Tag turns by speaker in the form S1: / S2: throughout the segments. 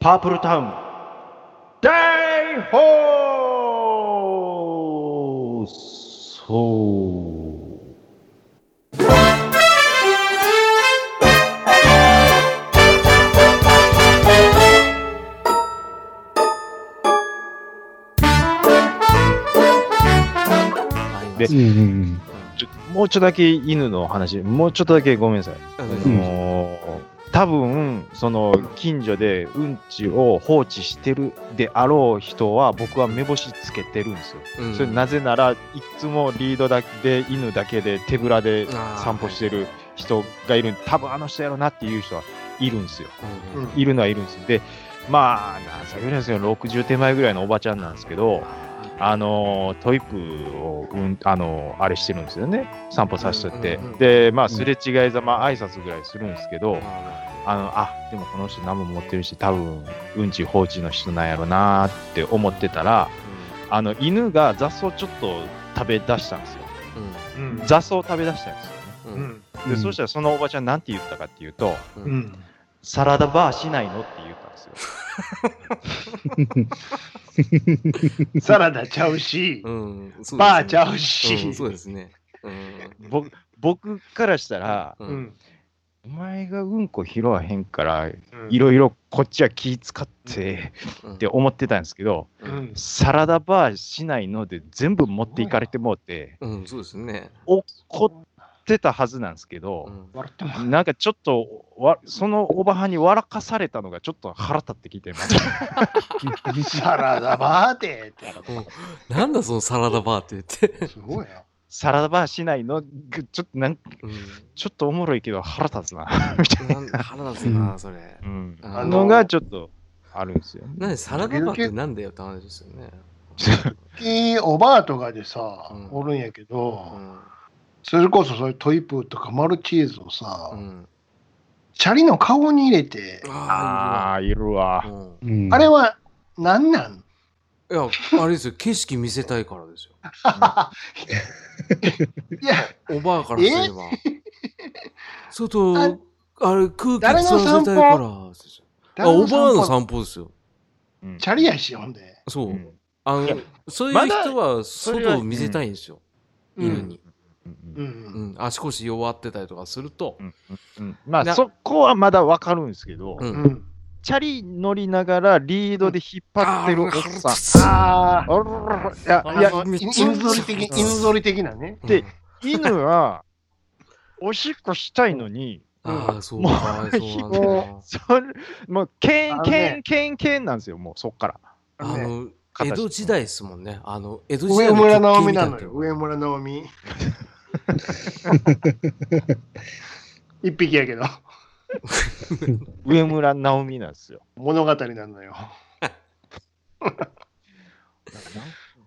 S1: パープルタウン大放送
S2: で、
S1: うんうんちょもうちょっとだけ犬の話、もうちょっとだけごめんなさい。
S2: あ
S1: あのー多分その近所でうんちを放置してるであろう人は僕は目星つけてるんですよ。
S2: うん
S1: それなぜならいつもリードだけで犬だけで手ぶらで散歩してる人がいる多分あの人やろなっていう人はいるんですよ。
S2: うん
S1: いるのはいるんですよでまあ何歳ぐらいですよ60手前ぐらいのおばちゃんなんですけどあのトイプーを、うん、あのあれしてるんですよね散歩させてって、
S2: うんうんうん
S1: でまあ
S3: ん
S1: すれ違いざま挨拶ぐらいするんですけど、あのあでもこの人何も持ってるし多分うんち放置の人なんやろなって思ってたらあの犬が雑草ちょっと食べ出したんですよ
S3: うん
S1: 雑草を食べ出したんですよね
S3: うん
S1: で、そしたらそのおばちゃんなんて言ったかっていうと
S3: うん
S1: サラダバーしないのって言ったんですよ
S3: サラダちゃうし、
S2: うんそうですね
S3: バーちゃう
S2: う
S3: し
S2: ん、そうですね。うん
S1: 僕僕からしたら、
S2: う
S3: うんん
S1: お前がうんこ拾わへんから
S3: うん
S1: いろいろこっちは気使って
S2: うん
S1: って思ってたんですけど、
S3: うん
S1: サラダバーしないので全部持っていかれてもうて、
S2: うん、そうですね。
S1: 怒ってたはずなんですけ
S2: う
S1: ど、
S2: ん
S3: 笑ってます
S1: なんかちょっとわ、そのおばはんに笑かされたのがちょっと腹立ってきてます。
S3: サラダバーテーって
S2: なんだそのサラダバーって言って。
S3: すごいな。
S1: サラダバーしないの、ぐちょっとなん
S2: う
S1: ちょっとおもろいけど腹立つな、みたい
S2: ん、
S1: な。
S2: なん腹立つな、それ。
S1: うん、
S2: あ
S3: の
S1: のがちょっとあるんですよ。
S2: なんでサラダバーってなんだよって話ですよね。
S3: いいおばあとかでさ、
S2: うん
S3: おるんやけど、
S2: うん
S3: それこそそういうトイプーとかマルチーズをさ、
S2: うん。
S3: チャリの顔に入れて、
S2: あ
S1: ああ、いるわ
S2: あ、い。るなうん
S3: あれは何なん
S2: いや、あれですよ、景色見せたいからですよ。
S3: いや、
S2: おばあからすれば。外、あれ空気
S3: 誰の
S2: 吸わせたいからですよ。あ、おばあの散歩ですよ。
S1: うん
S3: チャリやし、ほんで。
S2: そうう。
S1: ん
S2: あの
S1: いや
S2: そういう
S1: まだ
S2: 人は
S1: それは
S2: 外を見せたいんですよ、
S3: うん
S2: 犬に、
S1: うん
S3: う。
S2: うんん。足腰弱ってたりとかすると、
S1: うんまあ
S2: な
S1: そこはまだわかるんですけど、
S2: うん
S3: うん。
S1: チャリ乗りながらリードで引っ張ってるおっさん。
S3: あ
S1: あららら
S3: あ、
S1: いやいや
S3: あの
S2: めっ
S3: い
S2: ちゃ
S3: 犬ぞり的、犬ぞり的なね。
S1: で犬はおしっこしたいのに、
S2: ああ、そう
S1: もう
S2: か、そうなんだ
S3: も
S1: それもうけん
S3: あの
S1: けん
S3: ね
S1: けんけんなんですよ、もうそっから。
S2: あ
S3: ね
S2: の、江戸時代ですもんね。あの、江戸時代
S3: 上村直美な
S2: の
S3: のよ、
S2: 特
S3: 上村直 美。一匹やけど、
S1: 上村直美なんですよ。
S3: 物語なのよ。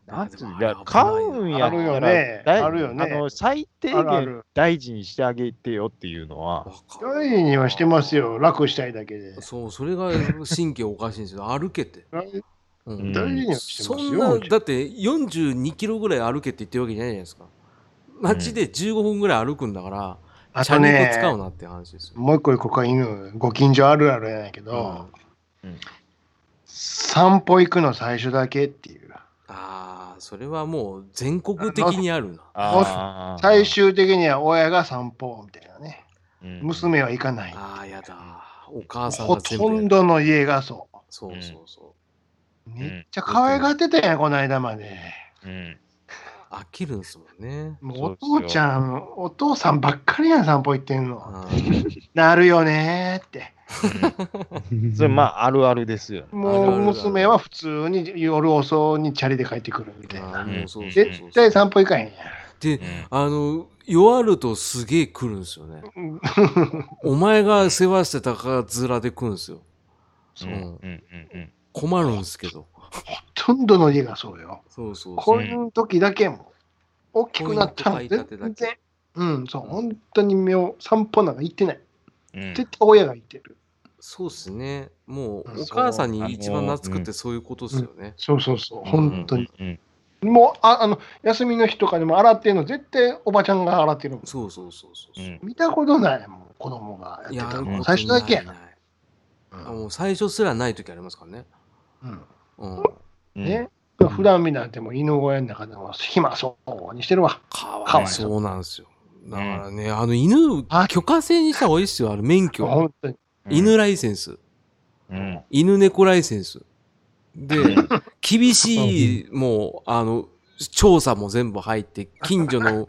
S1: なんつ
S2: 権
S1: う
S2: み
S1: い
S2: たい
S1: や
S2: なとこ
S1: 買うんやった
S3: あるよ
S1: ら
S3: ね
S1: だい
S3: あるよね
S1: あの最低
S3: あるあ
S1: 限
S3: る
S1: 大事にしてあげてよっていうのは、
S2: わかる
S3: 大事にはしてますよ、楽したいだけで。
S2: そう、それが神経おかしいんです よ。歩けて。う
S1: うん
S2: ん。
S3: 大事にはして
S2: そ
S3: ますよ。
S2: んな、だって42キロぐらい歩けって言ってるわけじゃないじゃないですか。街で15分ぐらい歩くんだから、
S3: あ
S2: チャ
S3: と
S2: リンコ使う
S3: ね、
S2: なって話ですよ。
S3: もう一個一個が犬、ご近所あるあるやないけど、
S1: うんうん
S3: 散歩行くの最初だけっていう。
S2: ああ、それはもう全国的にあるな。
S1: あー
S3: 最、終的には親が散歩みたいなね。
S1: うん
S3: 娘は行かない。
S2: ああ、やだ。お母さん
S3: ほ
S2: が全部
S3: と
S2: やる
S3: んどの家がそ。
S2: そうそうそう
S3: めっちゃ可愛がってたやん、この間まで。
S1: うん
S2: う。飽きるんですもんね。
S3: もう
S1: そう
S3: お
S1: ですよ
S3: 父ちゃん、お父さんばっかりやん、散歩行ってんの。
S2: あ
S3: なるよねーって。
S1: それまああるあるですよね。
S2: あるある
S3: も
S2: あ
S3: う
S2: る
S3: 娘は普通に夜遅にチャリで帰ってくるみたい
S2: あ
S3: な。
S2: もうそうそうそう
S3: 絶対散歩行かへんやん。
S2: で、
S1: うん
S2: あの、弱るとすげえ来るんですよね。お前が世話してたから面で来るんですよ。
S1: そう
S2: うん
S1: うんうんうん
S2: 困るんですけど。
S3: ほとんどの家がそうよ。
S2: そうそうそう。
S3: こういう時だけも。大きくなったら
S2: こういうとこ入ったってだ
S3: 全然。うん、そう、本当に目を散歩なんか行ってない。
S1: うん
S3: 絶対親が行ってる。
S2: そうですね。も
S3: う
S2: う、
S3: ん
S2: お母さんに一番懐くってそういうことですよね。
S3: そうそうそう、本当に。
S1: うん
S3: もうああの休みの日とかでも洗ってるの絶対おばちゃんが洗ってるもん
S2: そうそうそうそうう。
S1: ん
S3: 見たことないもん子供がやってた
S2: る
S3: の
S2: こと
S3: 最初だけや
S2: な
S3: ない
S2: ない
S3: うん
S2: あもう最初すらない時ありますからね。
S3: うん
S2: うん。
S1: うん
S3: ね、普段見なんてもう犬小屋の中でも暇そうにしてるわ。
S2: か
S3: か
S2: わ
S3: わ
S2: い
S3: い
S2: そ
S3: そう
S2: なんですよ。だからね、あの犬、
S3: あ
S2: 許可制にした方がいいですよ、あの免許。
S3: 本当に。
S1: うん
S2: 犬ライセンス。
S1: うん
S2: 犬猫ライセンス。で、厳しい、もう、あの、調査も全部入って、近所の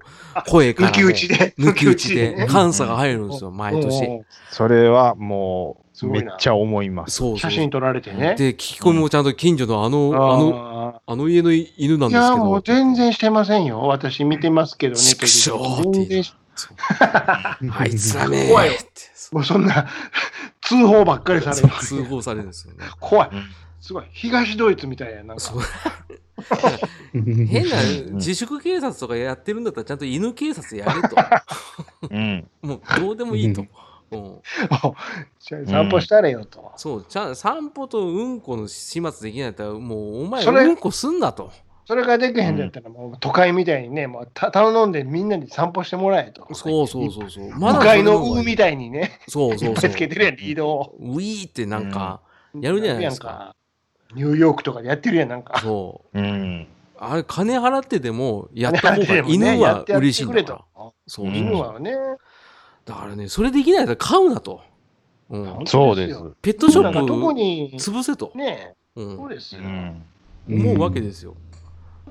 S2: 声からも。
S3: 抜き打ちで。
S2: 抜き打ちで、
S3: ね
S2: 監査が入るんですよ、毎年。
S3: うん
S1: それはも
S3: す
S1: う、
S3: ご
S1: め
S3: い
S1: っ
S3: な
S1: ちゃ思います。
S2: そうそう。
S3: 写真撮られてね。
S2: で、聞き込みもちゃんと近所のあの、あの、
S3: あ
S2: あの家の犬なんで
S3: ーい
S2: す
S3: や、
S2: け
S3: もう
S2: ど。
S3: 全然してませんよ。私見てますけどね。
S2: ちくしょうって言
S3: 全
S2: いながら
S3: 然し
S2: そうあいつらめ
S3: 怖い
S2: ー
S3: わ
S2: って。そう
S3: もうそんな 通報ばっかりされる。
S2: 通報されるんですよね。
S3: 怖い。
S1: うん
S3: すごい。東ドイツみたいやなんか。
S2: そう 変な自粛警察とかやってるんだったらちゃんと犬警察やれと。
S1: うん。
S2: もうどうでもいいと。うん、
S3: じゃあ散歩したらよと。
S2: そうちゃん散歩とうんこの始末できないんだったらもうお前
S3: それ
S2: うんこすんなと。
S3: それができへんだったら、もう都会みたいにね、もうた頼んでみんなに散歩してもらえと。
S2: そうそうそうそう。
S3: 向
S2: そ
S3: かい
S2: れ
S3: の
S2: 方が
S3: 海
S2: いい
S3: みたいにね、
S2: そう
S3: い
S2: そう
S3: っ
S2: そ
S3: ぱ
S2: う
S3: い。つけてるやん、リードを。
S2: ウィーってなんか、やるじゃないですか
S3: やるやん。ニューヨークとかでやってるやん、なんか。
S2: そう。
S1: うん。
S2: あれ金払ってでもやった方が犬は嬉しいんだから。そう
S1: うん
S3: 犬はね、
S2: だからね、それできないんだったら飼うなと。うん、
S1: そうです。
S2: ペットショ
S3: なんかどこ
S2: ッ
S3: に
S2: プ、潰せと、
S3: ね、
S2: う、
S3: そうんです
S1: う
S3: よ。
S1: ん。
S2: 思うわけですよ。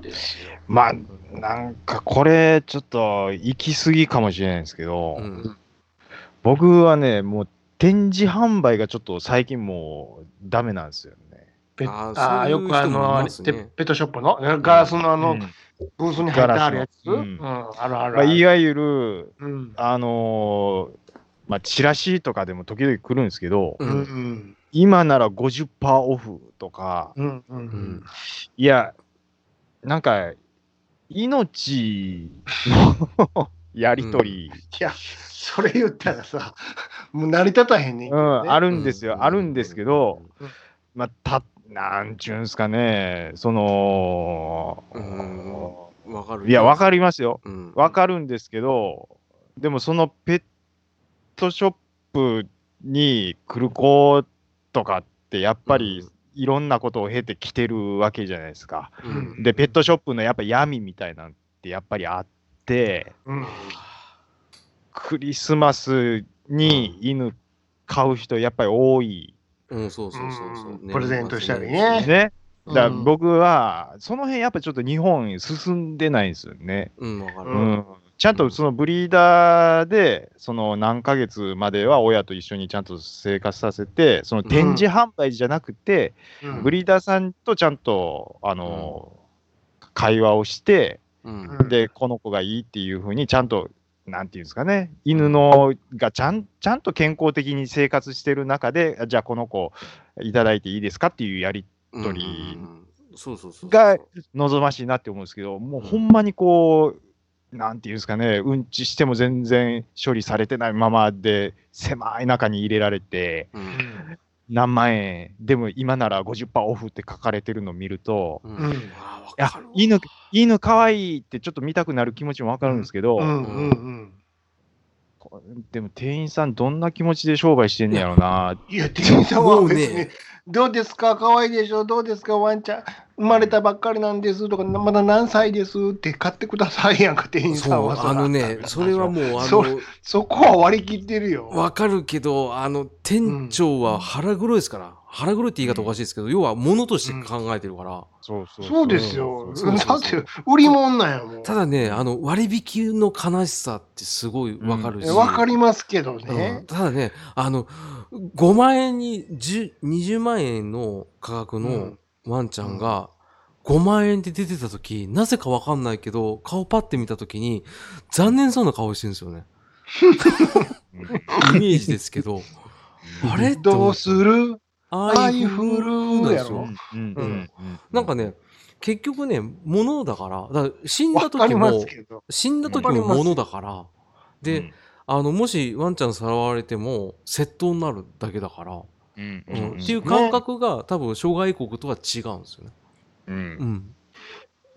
S3: ですよ
S1: まあ、なんかこれ、ちょっと、行き過ぎかもしれないですけど、
S2: うん
S1: 僕はね、もう、展示販売がちょっと最近もう、ダメなんですよね。
S3: ペッ
S2: あー
S3: あ
S2: そ
S3: ー
S2: う
S3: よ
S2: いう
S3: くあ
S2: 人も
S3: の、
S2: い
S3: あ
S2: ま
S3: れ
S2: す
S3: ペ
S2: ね
S3: ットショップのガラスのあ
S1: あ
S3: の、ブースに入ってあるやつ、
S1: ガ
S3: う
S1: ラスの
S3: んあるある
S1: まあ、
S3: あ
S1: い
S3: る。
S1: わゆる、
S3: うん
S1: あのーまあ、チラシとかでも時々来るんですけど、
S2: う
S3: うんん
S1: 今なら50%オフとか、
S3: うんう
S2: うんん
S1: いや、なんか、命の やりとり、
S3: いや、それ言ったらさ、 もう成り立たへんねんけ
S1: う
S3: ど
S1: ん
S3: ね、
S1: あるんですよ、あるんですけど、
S3: うん
S1: まあ、た、なんちゅうんすかね、その、
S2: うわかる。
S1: いや、わかりますよ。
S2: うん
S1: わかるんですけど、でもそのペットショップに来る子とかって、やっぱり、いろんなことを経て来てるわけじゃないですか。
S2: うん
S1: で、ペットショップのやっぱ闇みたいなんってやっぱりあって、
S3: うん
S1: クリスマスに犬飼う人やっぱり多い
S2: うん、そうそうそうそううん年末ね。
S3: プレゼントしたりね
S1: ね。だから
S3: うん
S1: 僕はその辺やっぱちょっと日本進んでないんですよね。
S2: うん、わか
S1: う
S2: る。
S1: んちゃんとそのブリーダーでその何ヶ月までは親と一緒にちゃんと生活させてその展示販売じゃなくて、
S3: うん
S1: ブリーダーさんとちゃんとあの、会話をして
S2: うん。
S1: で、この子がいいっていうふうに、ちゃんと、なんていうんですかね、犬のがちゃんちゃんと健康的に生活してる中で、あじゃあこの子いただいていいですかっていうやり
S2: うん
S1: 取り
S2: そうそうそう。
S1: が望ましいなって思うんですけど、もうほんまにこう、なんていうんですかね、うんちしても全然処理されてないままで、狭い中に入れられて、
S2: う。
S3: うんん
S1: 何万円、でも今なら50%オフって書かれてるのを見ると、
S2: う
S3: う
S2: ん。
S3: ん
S2: あーわかるわ
S1: いや犬犬かわいいってちょっと見たくなる気持ちもわかるんですけど、
S3: うんうんうん
S1: こでも店員さんどんな気持ちで商売してんねやろな。
S3: いや、店員さんは別
S2: もうね
S3: に、どうですか、可愛いでしょ、どうですか、ワンちゃん、生まれたばっかりなんですとか、まだ何歳ですって買ってくださいやんか、店員さん
S2: そう、
S3: はさ。
S2: あのね、それはもう、あ
S3: そ
S2: の、
S3: そこは割り切ってるよ。
S2: わかるけど、あの、店長は腹黒いですから、腹黒いって言い方おかしいですけど、要は物として考えてるから、
S1: そうそ
S3: そうですよ。
S2: そうそうそう
S3: だって、売り物なんやもん。
S2: ただね、あの、割引の悲しさってすごいわかるし。
S3: えわかりますけど
S2: うん
S3: ね。
S2: ただね、あの、5万円に10 20万円の価格のワンちゃんが、5万円で出てた時なぜかわかんないけど、顔パッて見た時に、残念そうな顔してるんですよね。イメージですけど、あれって
S3: ど
S2: 思っ
S3: う
S2: た
S3: する
S2: 愛ふる
S3: 愛ふる
S2: な
S3: や
S2: んです
S3: ろ
S2: よ。
S1: うん
S3: うん
S2: なんかね、結局ね、物だから、だから死んだ
S3: わか
S2: 時
S3: りま
S2: も
S3: す、けど。
S2: 死んだ時も物だから、で、、あの、もしワンちゃんさらわれても、窃盗になるだけだから、
S1: うん
S2: うん
S1: うん
S2: っていう感覚が多分、諸外国とは違うんですよね。
S1: うん
S2: うん。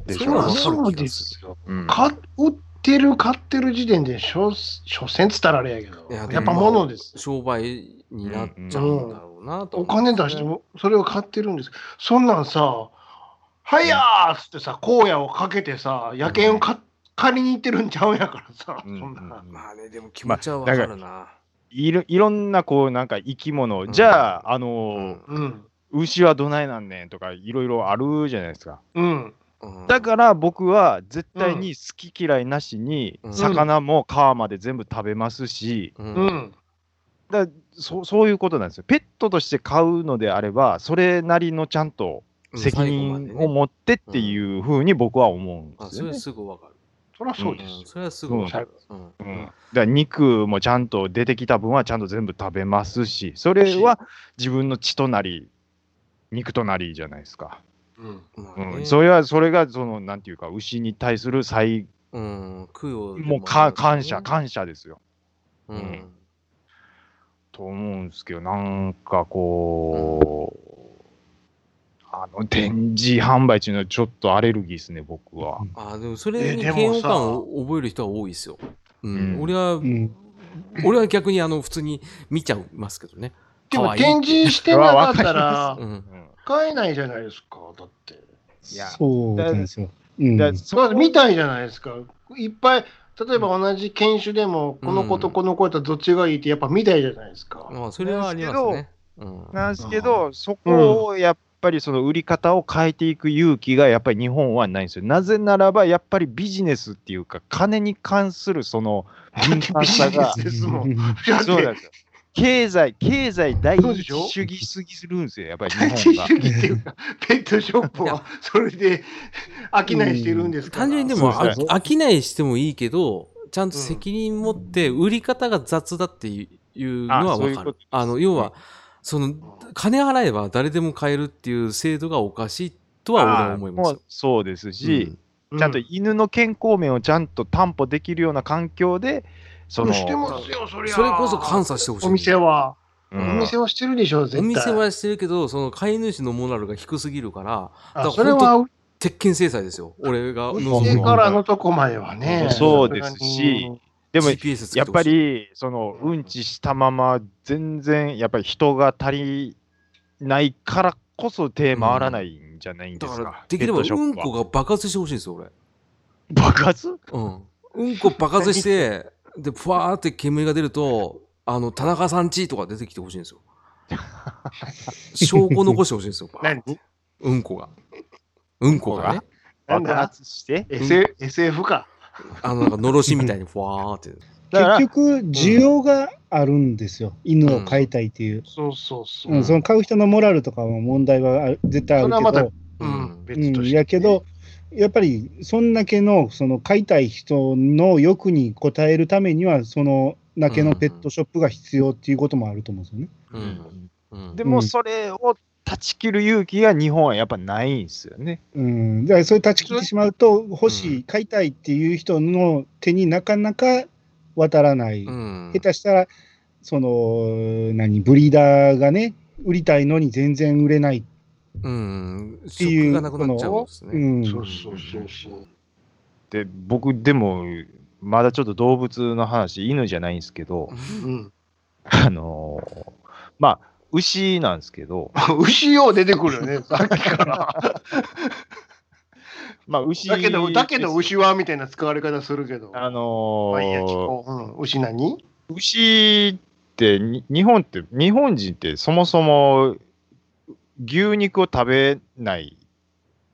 S1: でし
S3: そ
S1: ょ
S3: ら
S2: う
S3: そうですよ。
S1: うん
S3: か売っってる、買ってる時点で、所所詮つったらあれやけど、
S2: いや
S3: や
S2: でも
S3: っぱ物です。
S2: 商売になっちゃうんだろうなと
S3: お
S2: 思
S3: 金
S2: うん
S3: 出
S2: ですね、
S3: しても、それを買ってるんです。そんなんさ、はやーっつってさ、荒野をかけてさ、野犬をか借りに行ってるんちゃうんやからさ、
S1: うん
S3: そんな。
S2: まあね、でも気持ちはわかるな。
S1: いろいろんなこうなんか生き物、
S2: うん
S1: じゃあ、あ
S2: う
S1: の
S2: ん
S3: うん。
S1: ー牛はどないなんねんとかいろいろあるじゃないですか。
S3: うん。
S2: うん
S1: だから僕は絶対に好き嫌いなしに、
S2: うん
S1: 魚も皮まで全部食べますし、
S2: うん
S3: うん。
S1: だそそういうことなんですよ。ペットとして飼うのであれば、それなりのちゃんと責任を
S2: っ
S1: 持ってっていうふうに僕は思うん
S2: あ
S1: です
S2: そ
S1: よ
S2: れ
S1: ね。
S2: すぐわかる。
S3: そりゃそうで
S2: う
S3: すよ
S2: ん。それはすぐわかる。うん
S1: うんだから肉もちゃんと出てきた分はちゃんと全部食べますし、それは自分の血となり、肉となりじゃないですか。
S3: うん。
S2: まあ
S1: う
S2: ね
S1: ん、それはそれがそのなんていうか牛に対する最
S2: うん供養で
S1: もう
S2: ある
S1: か
S2: ね
S1: 感謝感謝ですよ
S2: う。
S1: うんと思うんですけどなんかこう、あの展示販売っていうのはちょっとアレルギーですね僕は、
S2: あでもそれに
S3: えで
S2: 嫌
S3: もさ
S2: 悪感を覚える人は多いですよ。うん
S1: うん
S2: 俺は、
S4: うん
S2: 俺は逆にあの普通に見ちゃいますけどね。
S3: で
S2: 可
S3: も
S2: 愛い
S3: 展示してなかった
S2: う
S3: ら、
S2: ん、
S1: うん
S3: 買えないじゃないですか、だって。
S1: いや
S4: そうなんですよ。うん
S1: だそ
S3: だって見たいじゃないですか。いっぱい、例えば同じ犬種でも、この子とこの子やったらどっちがいいってやっぱ見たいじゃないですか。
S2: まあそれはありますね。うん、
S1: なんですけど、そこをやっぱりその売り方を変えていく勇気がやっぱり日本はないんですよ。なぜならばやっぱりビジネスっていうか金に関するその敏感さが
S3: ビジネスですもん
S4: うん
S3: だって
S1: そうなんですよ。経済、経済第
S3: そうで
S1: 一
S3: しょ
S1: 主義すぎするんですよ、やっぱり日
S3: 第一主
S1: 本が。
S3: 義っていうか、ペットショップはそれで商いしてるんですから。
S2: 単純にでも
S1: そう
S2: あ
S1: ですね
S2: 飽きないしてもいいけど、ちゃんと責任持って売り方が雑だっていうのは
S1: あそう
S2: わ
S1: いう
S2: か
S1: こと
S2: る
S1: です。
S2: あの、要は、その、金払えば誰でも買えるっていう制度がおかしいとは俺は思います
S1: も
S2: よ
S1: う。そうですし、
S3: う
S1: ちゃんと犬の健康面をちゃんと担保できるような環境で、そ
S3: うん
S1: の、
S3: してますよ、そ
S2: うん
S3: りゃ。
S2: それこそ監査してほしい。
S3: お店は、
S1: う
S3: お
S1: ん
S3: 店はしてるでしょ、絶
S2: お
S3: 対。
S2: 店はしてるけど、その飼い主のモラルが低すぎるから、
S3: あそれは、
S2: 鉄拳制裁ですよ。俺が望
S3: お
S2: む
S3: 店
S2: の
S3: か
S2: は。
S3: らのとこまではね。
S1: そうですしでも
S2: GPS つけ
S1: や
S2: て
S1: っ
S2: ほ
S1: ぱ
S2: しい、
S1: りそのうんちしたまま全然やっぱり人が足りないからこそ手回らないんじゃないんで
S2: だ
S1: す
S2: か
S1: か、
S2: ら、できれば
S1: ペッ
S2: う
S1: トショッ
S2: ん
S1: プは
S2: こが爆発してほしいんですよ、俺。
S1: 爆発
S2: うん。うんこ爆発して、で、ふわーって煙が出ると、あの、田中さんちとか出てきてほしいんですよ。証拠残してほしいんですよ。
S3: 何
S2: うんこが。うんこがね。
S3: なん
S1: 爆
S3: だ
S1: 発して
S2: ん
S3: SF SF か。
S2: あの、なんか、のろしみたいにふわーって。
S1: だから
S4: 結局、需要があるんですよ。犬を飼いたいっていう。
S3: そうそうそうう。
S4: ん、その飼う人のモラルとかも問題はある絶対ある
S3: そ
S4: け
S3: れはまた
S4: ど、
S3: う
S2: うん
S3: ん、
S4: う
S3: 別と
S4: ん、
S3: して。
S4: やけど、やっぱりそんだけのその飼いたい人の欲に応えるためには、そのだけのペットショップが必要っていうこともあると思うんですよね。
S2: うん。うん
S1: で
S4: う
S1: も
S4: ん
S1: それを断ち切る勇気が日本はやっぱないんですよね。
S4: うん、だからそれ断ち切ってしまうと、欲
S2: う
S4: し
S2: ん
S4: い、飼いたいっていう人の手になかなか渡らない。
S2: うん
S4: 下手したら、その、何、ブリーダーがね、売りたいのに全然売れないっ
S2: うん。
S4: てい
S2: 食
S4: う
S2: がなくなっちゃうんです
S4: う
S2: ね。
S4: ん、
S3: そうそうそうそう。
S1: で僕でもまだちょっと動物の話犬じゃないんですけど
S3: うん。
S1: あのーまあ牛なんですけど、
S3: 牛よう出てくるよ ね、さっきから。
S1: まあ、牛
S3: だけど、だけど牛はみたいな使われ方するけど。
S1: あのー
S3: まあいいや、聞こう。うん、牛何
S1: 牛ってに日本って日本人ってそもそも牛肉を食べない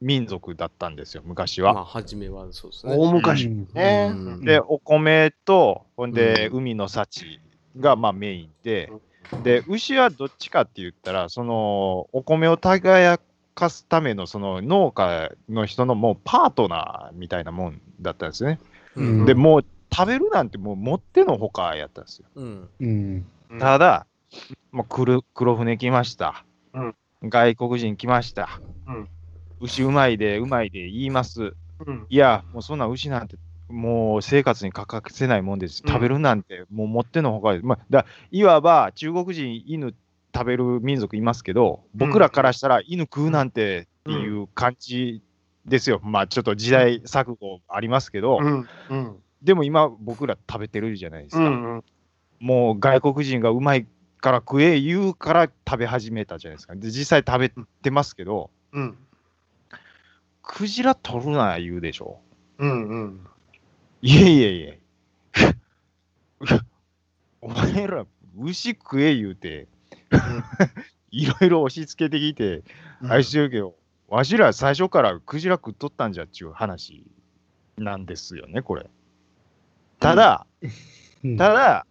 S1: 民族だったんですよ昔
S2: ま
S1: は。
S2: あ、初めはそうですね。
S3: 大昔ね。
S2: うん
S1: でお米とほんで
S2: うん
S1: 海の幸がまあメインで
S3: う
S1: で牛はどっちかって言ったらそのお米を耕すためのその農家の人のもうパートナーみたいなもんだったんですね。
S4: うん
S1: でもう食べるなんてもうもってのほかやったんですよ。
S2: うん。
S4: うん、
S1: ただ、もう黒黒船来ました、
S3: うん
S1: 外国人来ました。
S3: うん
S1: 牛うまいでうまいで言います。
S3: うん
S1: いや、もうそんな牛なんてもう生活に欠かせないもんです。
S3: うん
S1: 食べるなんてもう持ってのほかです。まあ、だいわば中国人犬食べる民族いますけど、僕らからしたら犬食うなんてっていう感じですよ。まあちょっと時代錯誤ありますけど、
S3: うん。うん。
S1: でも今、僕ら食べてるじゃないです
S3: う
S1: か。
S3: んうん
S1: もう外国人がうまいから食え言うから食べ始めたじゃないですか。で、実際食べてますけど、
S3: うん
S1: クジラ取るな言うでしょ。
S3: うんうん
S1: いえいえいえ。 お前ら、牛食え言うて、 いろいろ押し付けてきて、
S3: うん
S1: あれしてるけど、わしら最初からクジラ食っとったんじゃっちゅう話なんですよね、これ。ただ、
S4: うん
S1: ただ、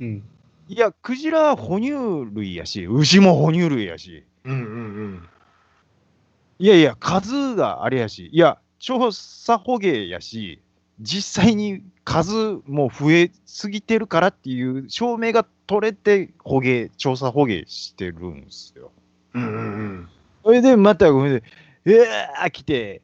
S4: うん
S1: いや、クジラは哺乳類やし、牛も哺乳類やし、
S3: うんうん
S1: いやいや、数があれやし、いや、調査捕鯨やし、実際に数も増えすぎてるからっていう証明が取れて捕鯨、調査捕鯨してるんですよ。
S3: うんうんうんうん
S1: それでまたごめんね、うわー来て、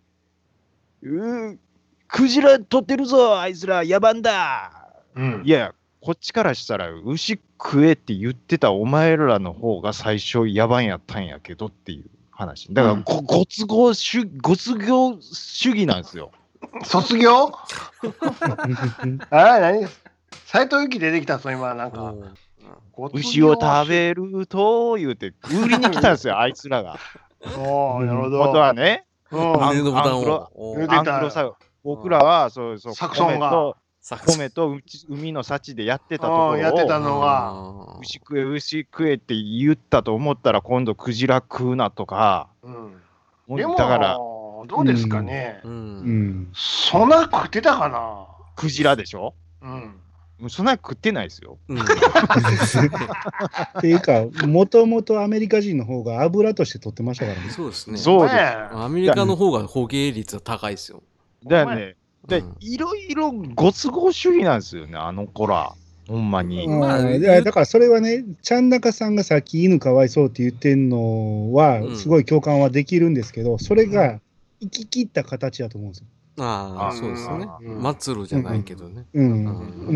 S1: うークジラ取ってるぞ、あいつら野蛮だ。
S3: うん
S1: いや、こっちからしたら牛食えって言ってたお前らの方が最初野蛮やったんやけどっていう話。だからご、ご都合主ご都合主義なんですよ。
S3: 卒業あれ何斎藤由貴出てきたぞ今なんか
S2: うん
S3: ご卒業
S1: 牛を食べると言うて売りに来たんです よ、あいつらが。
S3: おーなる
S1: 本
S3: ほ
S1: 当
S3: ど
S1: はね、
S3: うん
S1: あ
S2: 胸のボタン
S1: アングロ
S2: を。
S3: 出
S2: うん
S3: た
S1: アングロサウ僕らはそうそう
S3: サクソンが
S1: 米と
S2: サク
S1: 米とうち海の幸でやってたところ
S3: う
S1: を
S3: んやってたのが
S2: あー
S1: 牛食え牛食えって言ったと思ったら今度クジラ食うなとか
S3: うん
S1: もう
S3: で
S1: だ
S3: も
S1: から
S3: どうですかね
S2: う。
S4: うんん
S3: そんな食ってたか
S1: クジラでしょ
S3: なうん
S1: もうそんな食ってないですよ。
S2: うん。
S4: っていうか、もともとアメリカ人の方が油として取ってましたからね。
S2: そうですね。
S1: そうです。
S2: アメリカの方が捕鯨率は高いですよ。
S1: だからね、
S2: うん
S1: でいろいろご都合主義なんですよね、あの子ら。ほんまに。
S4: うん
S2: まあ
S4: いやだからそれはね、ちゃん中さんがさっき犬かわいそうって言ってんの
S2: うん
S4: は、すごい共感はできるんですけど、それが行き切った形だと思うんですよ。
S2: ああ、
S1: あ
S2: そうですね。
S3: うん
S2: 末路じゃないけどね。
S4: う。
S2: うん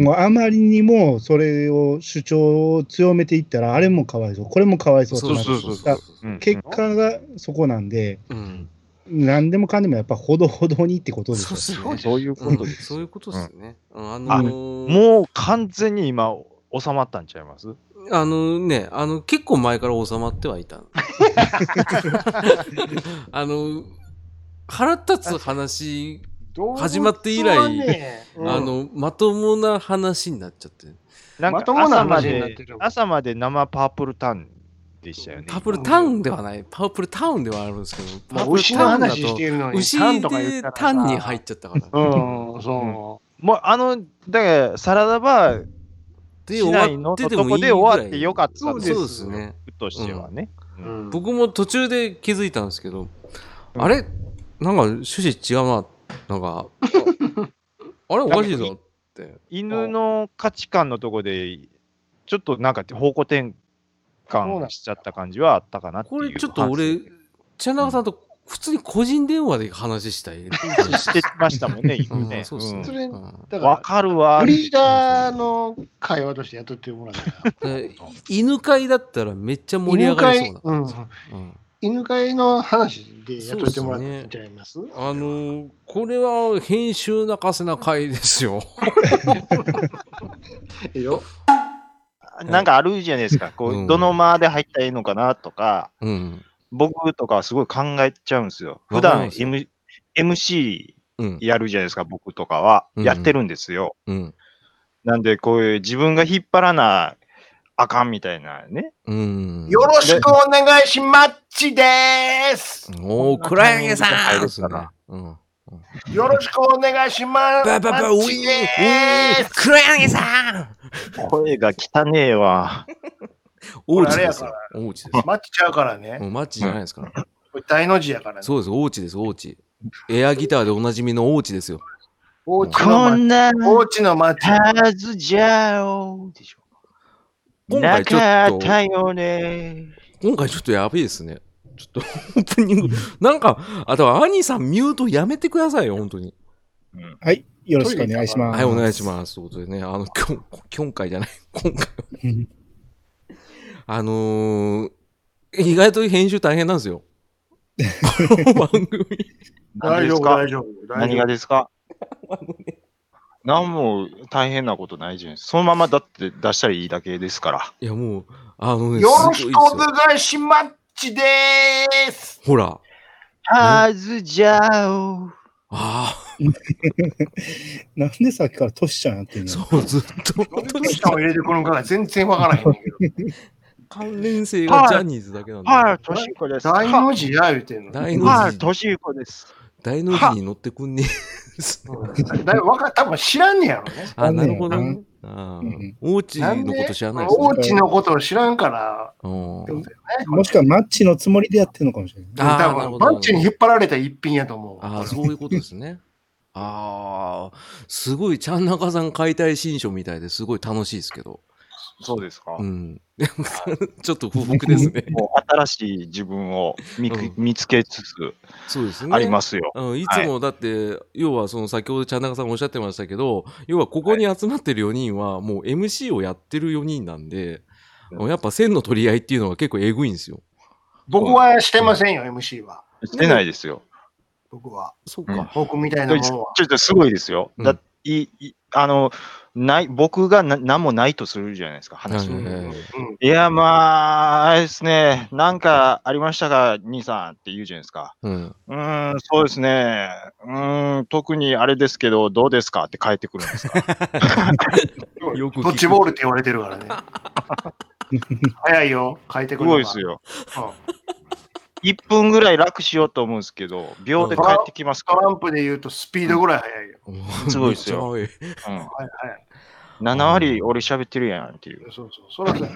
S2: ん
S4: もうあまりにもそれを主張を強めていったら、あれもかわいそう、これもかわいそうとなって
S1: そうそうそう
S4: だ
S1: うんうん
S4: 結果がそこなんで、
S2: うん。
S4: 何でもかんでもやっぱほどほどにってことです
S2: そう
S4: よ
S2: で。す
S3: そ
S1: そ
S2: ね
S3: うで。
S1: ういうこ
S2: う
S1: と
S2: ん
S1: で
S2: そ
S1: す
S2: ういう。ことですね。うんあの
S1: あ
S2: ー
S1: もう完全に今、収まったんちゃいます
S2: あのね、あの、結構前から収まってはいた。あの、腹立つ話、始まって以来
S3: 動物はねうん
S2: あの、まともな話になっちゃって。
S1: なん
S3: ま
S1: か
S3: ともな
S1: 朝ま
S3: 話になっ
S1: で
S3: てる、
S1: 朝まで生パープルタンでしたよね。
S2: パープルタウンではない。パープルタウンではあるんですけど、パー
S3: もう
S2: プル
S3: 牛の
S2: タウンだ
S3: 話し
S2: と
S3: て、いるのに
S2: 牛
S3: タンとか言っ
S2: で
S3: たら
S2: タンに
S3: さ
S2: 入っちゃったから。
S3: うんそ
S1: もうあの、だからサラダバー
S2: で、
S1: 市
S2: 終
S1: 内
S2: わ
S1: の
S2: って
S1: と
S2: でもいいぐ
S1: こ
S2: らい
S1: で終わってよかった
S2: そう
S1: です
S2: ですね。
S1: としてはね。
S3: う、うん
S2: 僕も途中で気づいたんですけど、
S1: うん
S2: あれなんか趣旨違うな。な んか、ああれおかしいぞって。
S1: 犬の価値観のとこで、ちょっとなんか方向転換しちゃった感じはあったかなっていう
S2: こ
S1: 反省。
S2: れちょっと俺、 千中さんと普通に個人電話で話したい。
S1: してましたもんね、
S2: う
S1: 犬
S2: ん
S1: ね。
S2: そうですね。
S3: それ
S2: うん
S1: う
S3: だ
S1: んわ
S3: か
S1: かる
S3: ら
S1: わ
S3: ブ。リーダーの会話としてやっとってもらったら
S2: で犬飼いだったらめっちゃ盛り上がりそうな。
S3: 犬飼いうん
S2: うん
S3: 犬飼いの話でやっといてもらったんちゃいます
S2: あのーこれは編集泣かせな回ですよ。
S3: いいよ。
S1: なんかあるじゃないですか。こ
S2: う
S1: う、
S2: ん
S1: どの間で入ったらいいのかなとか、
S2: うん。
S1: 僕とかはすごい考えちゃうんですよ。普
S2: わかり
S1: 段
S2: ますよ
S1: M MC
S2: うん。
S1: やるじゃないですか、僕とかは。
S2: うん
S1: やってるんですよ。
S2: うん。
S1: なんで、こういう自分が引っ張らなあかんみたいなね。
S2: うん。
S3: よろしくお願いしまっちでーす。
S2: おー、黒柳さん
S1: こんな感じで入るかな
S2: うん。
S3: よろしくお願いしま
S2: ばばば、
S3: マ
S2: ウィー、ウ
S3: ッ
S2: ィ
S3: チでー
S2: ー、黒柳さん
S1: 声が汚ねえわ。
S2: 大
S3: あ
S2: 内
S3: れや
S2: で
S3: か
S2: す
S3: ら
S2: よ。大内です。
S3: す。マッチちゃうから
S2: も
S3: ね。
S2: うマッチじゃないですから。
S3: これ大の字やからね。
S2: そうです、大内です、大内。エアギターでおなじみの大内ですよ。
S3: おうち
S1: こ
S3: のマッチ
S1: んな
S3: おうちのマッチ。
S1: はずじゃお。でしょ。
S2: 今回ちょっと
S1: なかったよね。
S2: 今回ちょっとやべえですね。ちょっとオープニング。なんか、あとは兄さんミュートやめてくださいよ、本当に。
S4: はい、よろしくお願いしま
S2: は
S4: す。
S2: い、お願いします。ということでね、あの、きょん今回じゃない、今回。あのー、意外と編集大変なんですよ。この番組。
S1: 何
S3: 大
S1: です
S3: 丈夫、
S1: か
S3: 大丈夫。大
S1: 何
S3: 丈
S1: がですか 何も大変なことないじゃん。そのままだって出したらいいだけですから。
S2: いや、もう、あのね、
S3: よろし
S2: す
S3: く
S2: ごいです
S3: お
S2: よ
S3: 願いしますでー す。
S2: ほら、
S1: はずじゃお。
S2: あ
S4: なんでさっきからトシちゃんやってん
S2: あ、
S4: の
S2: そう、ずっ
S3: ど
S2: と、
S3: うしたを入れてくるのかが全然わからへんねんけど。
S2: 関連性がジャニーズだけなんだ
S1: はい、
S2: よ。
S1: としこです。
S3: 大の字や言うてんの。
S2: 大の
S1: はい、
S2: 字
S1: としこです。
S2: 大の字に乗ってくんねえ。
S3: うんだいぶわか多分知らんねやろね。
S2: あ、
S4: あ
S2: なるほどね
S4: ね。
S2: あ
S4: うん
S2: ー、おうち
S3: なん
S2: の
S3: で
S2: こと知らないですね
S3: 大地のことを知らんから。
S2: うん
S3: ってことだよね
S4: もしくはマッチのつもりでやってんのかもしれない。
S2: あー
S3: 多
S2: なるほど
S3: 分マッチに引っ張られた一品やと思う。
S2: ああ、そういうことですね。 ああ、すごい、ちゃん中さん解体新書みたいですごい楽しいですけど。
S1: そうですか。
S2: うん。 ちょっと不服ですね。
S1: もう新しい自分を見,、
S2: うん
S1: 見つけつつ
S2: そうですね。。
S1: ありますすよ。
S2: いつもだって、要はその先ほどちゃん中さんおっしゃってましたけど、要はここに集まってる4人はもう MC をやってる4人なんで、
S1: うん
S2: やっぱ線の取り合いっていうのが結構えぐいんですよ。
S3: 僕はしてませんよ、MC は。
S1: してないですよ。
S3: 僕は。
S2: そう
S1: う
S2: か。
S3: 僕みたい
S1: ち
S3: な
S1: ょ
S3: もんは。
S1: っとすごいですよ。
S2: うん
S1: だいいあのない僕がな何もないとするじゃないですか、話を。
S2: はいはいはい
S3: うん
S1: いや、まあ、あれですね、なんかありましたか、兄さんって言うじゃないですか。
S2: うん。
S1: うーん、そうですね。うーん、特にあれですけど、どうですかって返ってくるんですか。
S2: よく聞く
S3: ドッジボールって言われて るからね。早いよ、変えて
S1: す
S3: くるの
S1: ご
S3: が
S1: いですよ。
S3: うん
S1: 1分ぐらい楽しようと思うんですけど、秒で帰ってきます
S3: ト
S1: か
S3: ランプで言うとスピードぐらい速いよ。
S1: すごいですよ
S2: めっちゃ多い。
S1: ら。うん
S3: はいはい。
S1: 7割俺喋ってるやんっていう。
S3: そうそう。そ らそう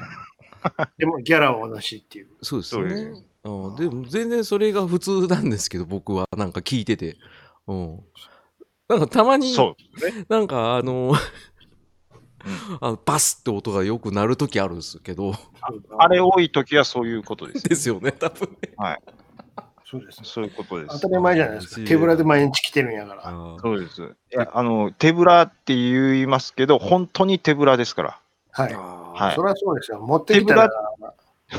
S3: や。でもギャラは同じっていう。
S2: そうです
S1: そうです
S2: ね。うん、でも全然それが普通なんですけど、僕はなんか聞いてて。うん。なんかたまに、
S1: そう。
S2: なんかあの、 あのバスって音がよく鳴る時あるんですけど、
S1: あれ多い時はそういうことです。
S2: ですよね、多分ね。
S3: そうですね。
S1: そういうことで
S3: 当
S1: す
S3: た。り前じゃないです
S2: そう
S3: か。
S2: です
S3: 手ぶらで毎日来てるんやから。
S1: そうです。いや、あの、手ぶらって言いますけど、本当に手ぶらですから。
S3: はい。
S1: はい
S3: それはそうですよ。持ってきたら
S1: 手、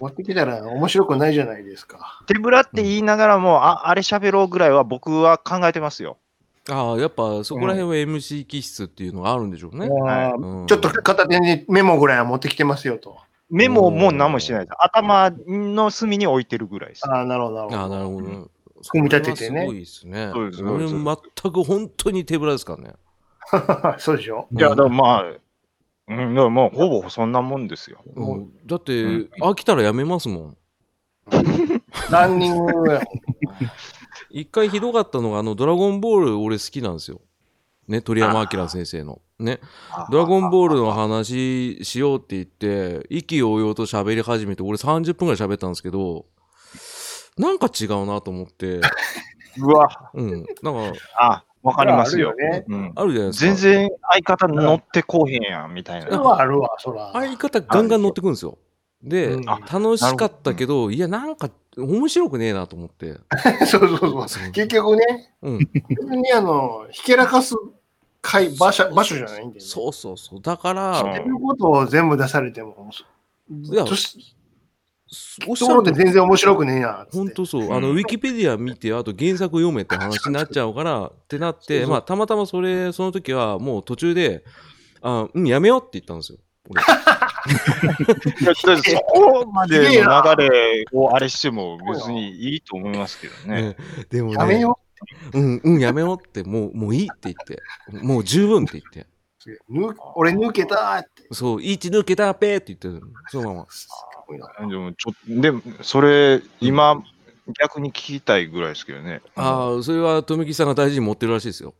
S3: 持ってきたら面白くないじゃないですか。
S1: 手ぶらって言いながらも、あ、あれ喋ろうぐらいは僕は考えてますよ。
S2: ああ、やっぱそこら辺は MC 気質っていうのがあるんでしょうね。
S3: あー
S2: うん
S3: ちょっと片手にメモぐらいは持ってきてますよと。
S1: メモも何もしてないです。頭の隅に置いてるぐらいです。
S3: ああ、なるほど、なる
S2: ああ、
S3: ほど。
S2: なるほ
S1: う
S2: ど。
S3: 組み立てて
S2: そ
S3: ね
S2: れはすごいですね。
S1: そうですそう
S2: 俺
S1: です
S2: 全く本当に手ぶらですからね。
S3: そうでしょ
S1: いや、
S2: うん
S1: だからまあ、うん、だからまあ、ほぼそんなもんですよ。
S2: うんだって、
S1: うん
S2: 飽きたらやめますもん。
S3: ランニングやもん。
S2: 一回ひどかったのが、あの、ドラゴンボール俺好きなんですよ。ね、鳥山明先生の。ね、ドラゴンボールの話しようって言って、意気揚々と喋り始めて、俺30分ぐらい喋ったんですけど、なんか違うなと思って、
S1: うわ、
S2: うん、なんか、
S1: あ、わかりますよ
S3: そ。れはある
S1: うん
S2: あるじゃないですか。
S1: 全。然相方乗ってこうへんやん、みたい
S3: それ
S1: な。
S3: はあるわ、そら。
S2: 相方ガンガン乗ってくるんですよ。で、
S3: うん
S1: あ
S2: 楽しかったけど、いや、なんか、面白くねえなと思って。
S3: そうそうそう。結局ね、
S2: うん。
S3: 別にあの、ひけらかす会場所場所じゃないんで、ね。
S2: そうそうそう。だか
S1: そう
S2: ら、
S3: そういうことを全部出されても、
S2: いや
S3: そし
S2: おっし
S3: と
S2: ゃ
S3: こ
S2: る
S3: ろ
S2: と
S3: で全然面白くねえなっつって。
S2: 本当そう、
S1: うん
S2: あのウィキペディア見て、あと原作読めって話になっちゃうからってなっ
S3: そう
S2: て、
S3: そう
S2: まあ、たまたまそれ、その時はもう途中で、あうん、やめようって言ったんですよ。俺
S1: いやだってそこまでの流れをあれしても別にいいと思いますけどね。
S2: ねでもね、
S3: やめよ
S2: うん、うん、やめようって、もう、もういいって言って、もう十分って言って、
S3: うぬ俺抜けたって。
S2: そう、1抜けたペーって言って、そのまま。
S3: すごいな
S1: でも、ちょでもそれ、今、逆に聞きたいぐらいですけどね。
S2: ああ、それは富木さんが大事に持ってるらしいですよ。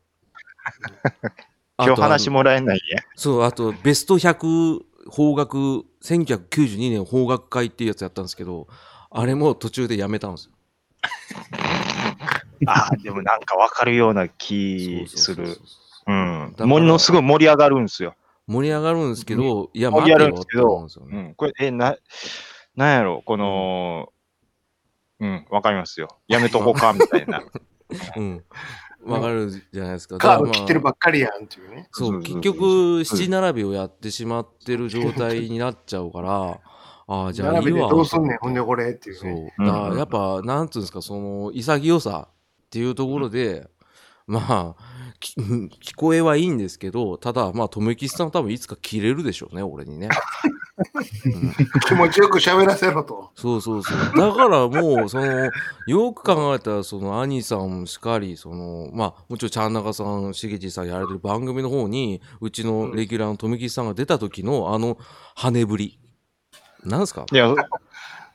S1: 今日話
S2: も
S1: もらえない や。
S2: そう、あと、ベスト100方角、1992年方角会っていうやつやったんですけど、あれも途中でやめたんですよ。
S1: あーでもなんかわかるような気す
S2: そうそう
S1: る
S2: そう。そうう。
S1: ん
S2: だ。から
S1: ものすごい盛り上がるんですよ。
S2: 盛り上がるんですけど、いや、
S1: 盛
S2: 待
S1: り上がるん
S2: てよっ
S1: ですけ
S2: て思うん
S1: ど
S2: ですよ
S1: う
S2: ね。
S1: ん。これ、え、な、なんやろ、この、うん、わかりますよ。やめとこうか、みたい な。
S2: うん。わかるじゃないですか。
S3: カ
S2: だ
S3: ーブ
S2: からま
S3: 切
S2: あ
S3: ってるばっかりやんっていうね。
S2: そ、
S1: そううそうそ
S2: 結
S1: う
S2: 局、七並びをやってしまってる状態になっちゃうから、ああ、じゃあい
S3: 並
S2: い
S3: べて
S2: わ。
S3: どうすんねん、ほんでこれっていう
S2: そ
S3: ね。
S2: う。
S1: うん
S2: だからやっぱ、なんつうんですか、その、潔さっていうところで、まあ、き うん聞こえはいいんですけど、ただ、まあ、とめきさんは多分いつか切れるでしょうね、俺にね。うん
S3: 気持ちよく喋らせろと。
S2: そうそうそう。だからもう、その、よく考えたら、その、兄さんもしかり、その、まあ、もちろん、ちゃんなかさん、しげちさんやられてる番組の方に、うちのレギュラーの富吉さんが出た時の、あの、羽振り。なんですか
S1: いや、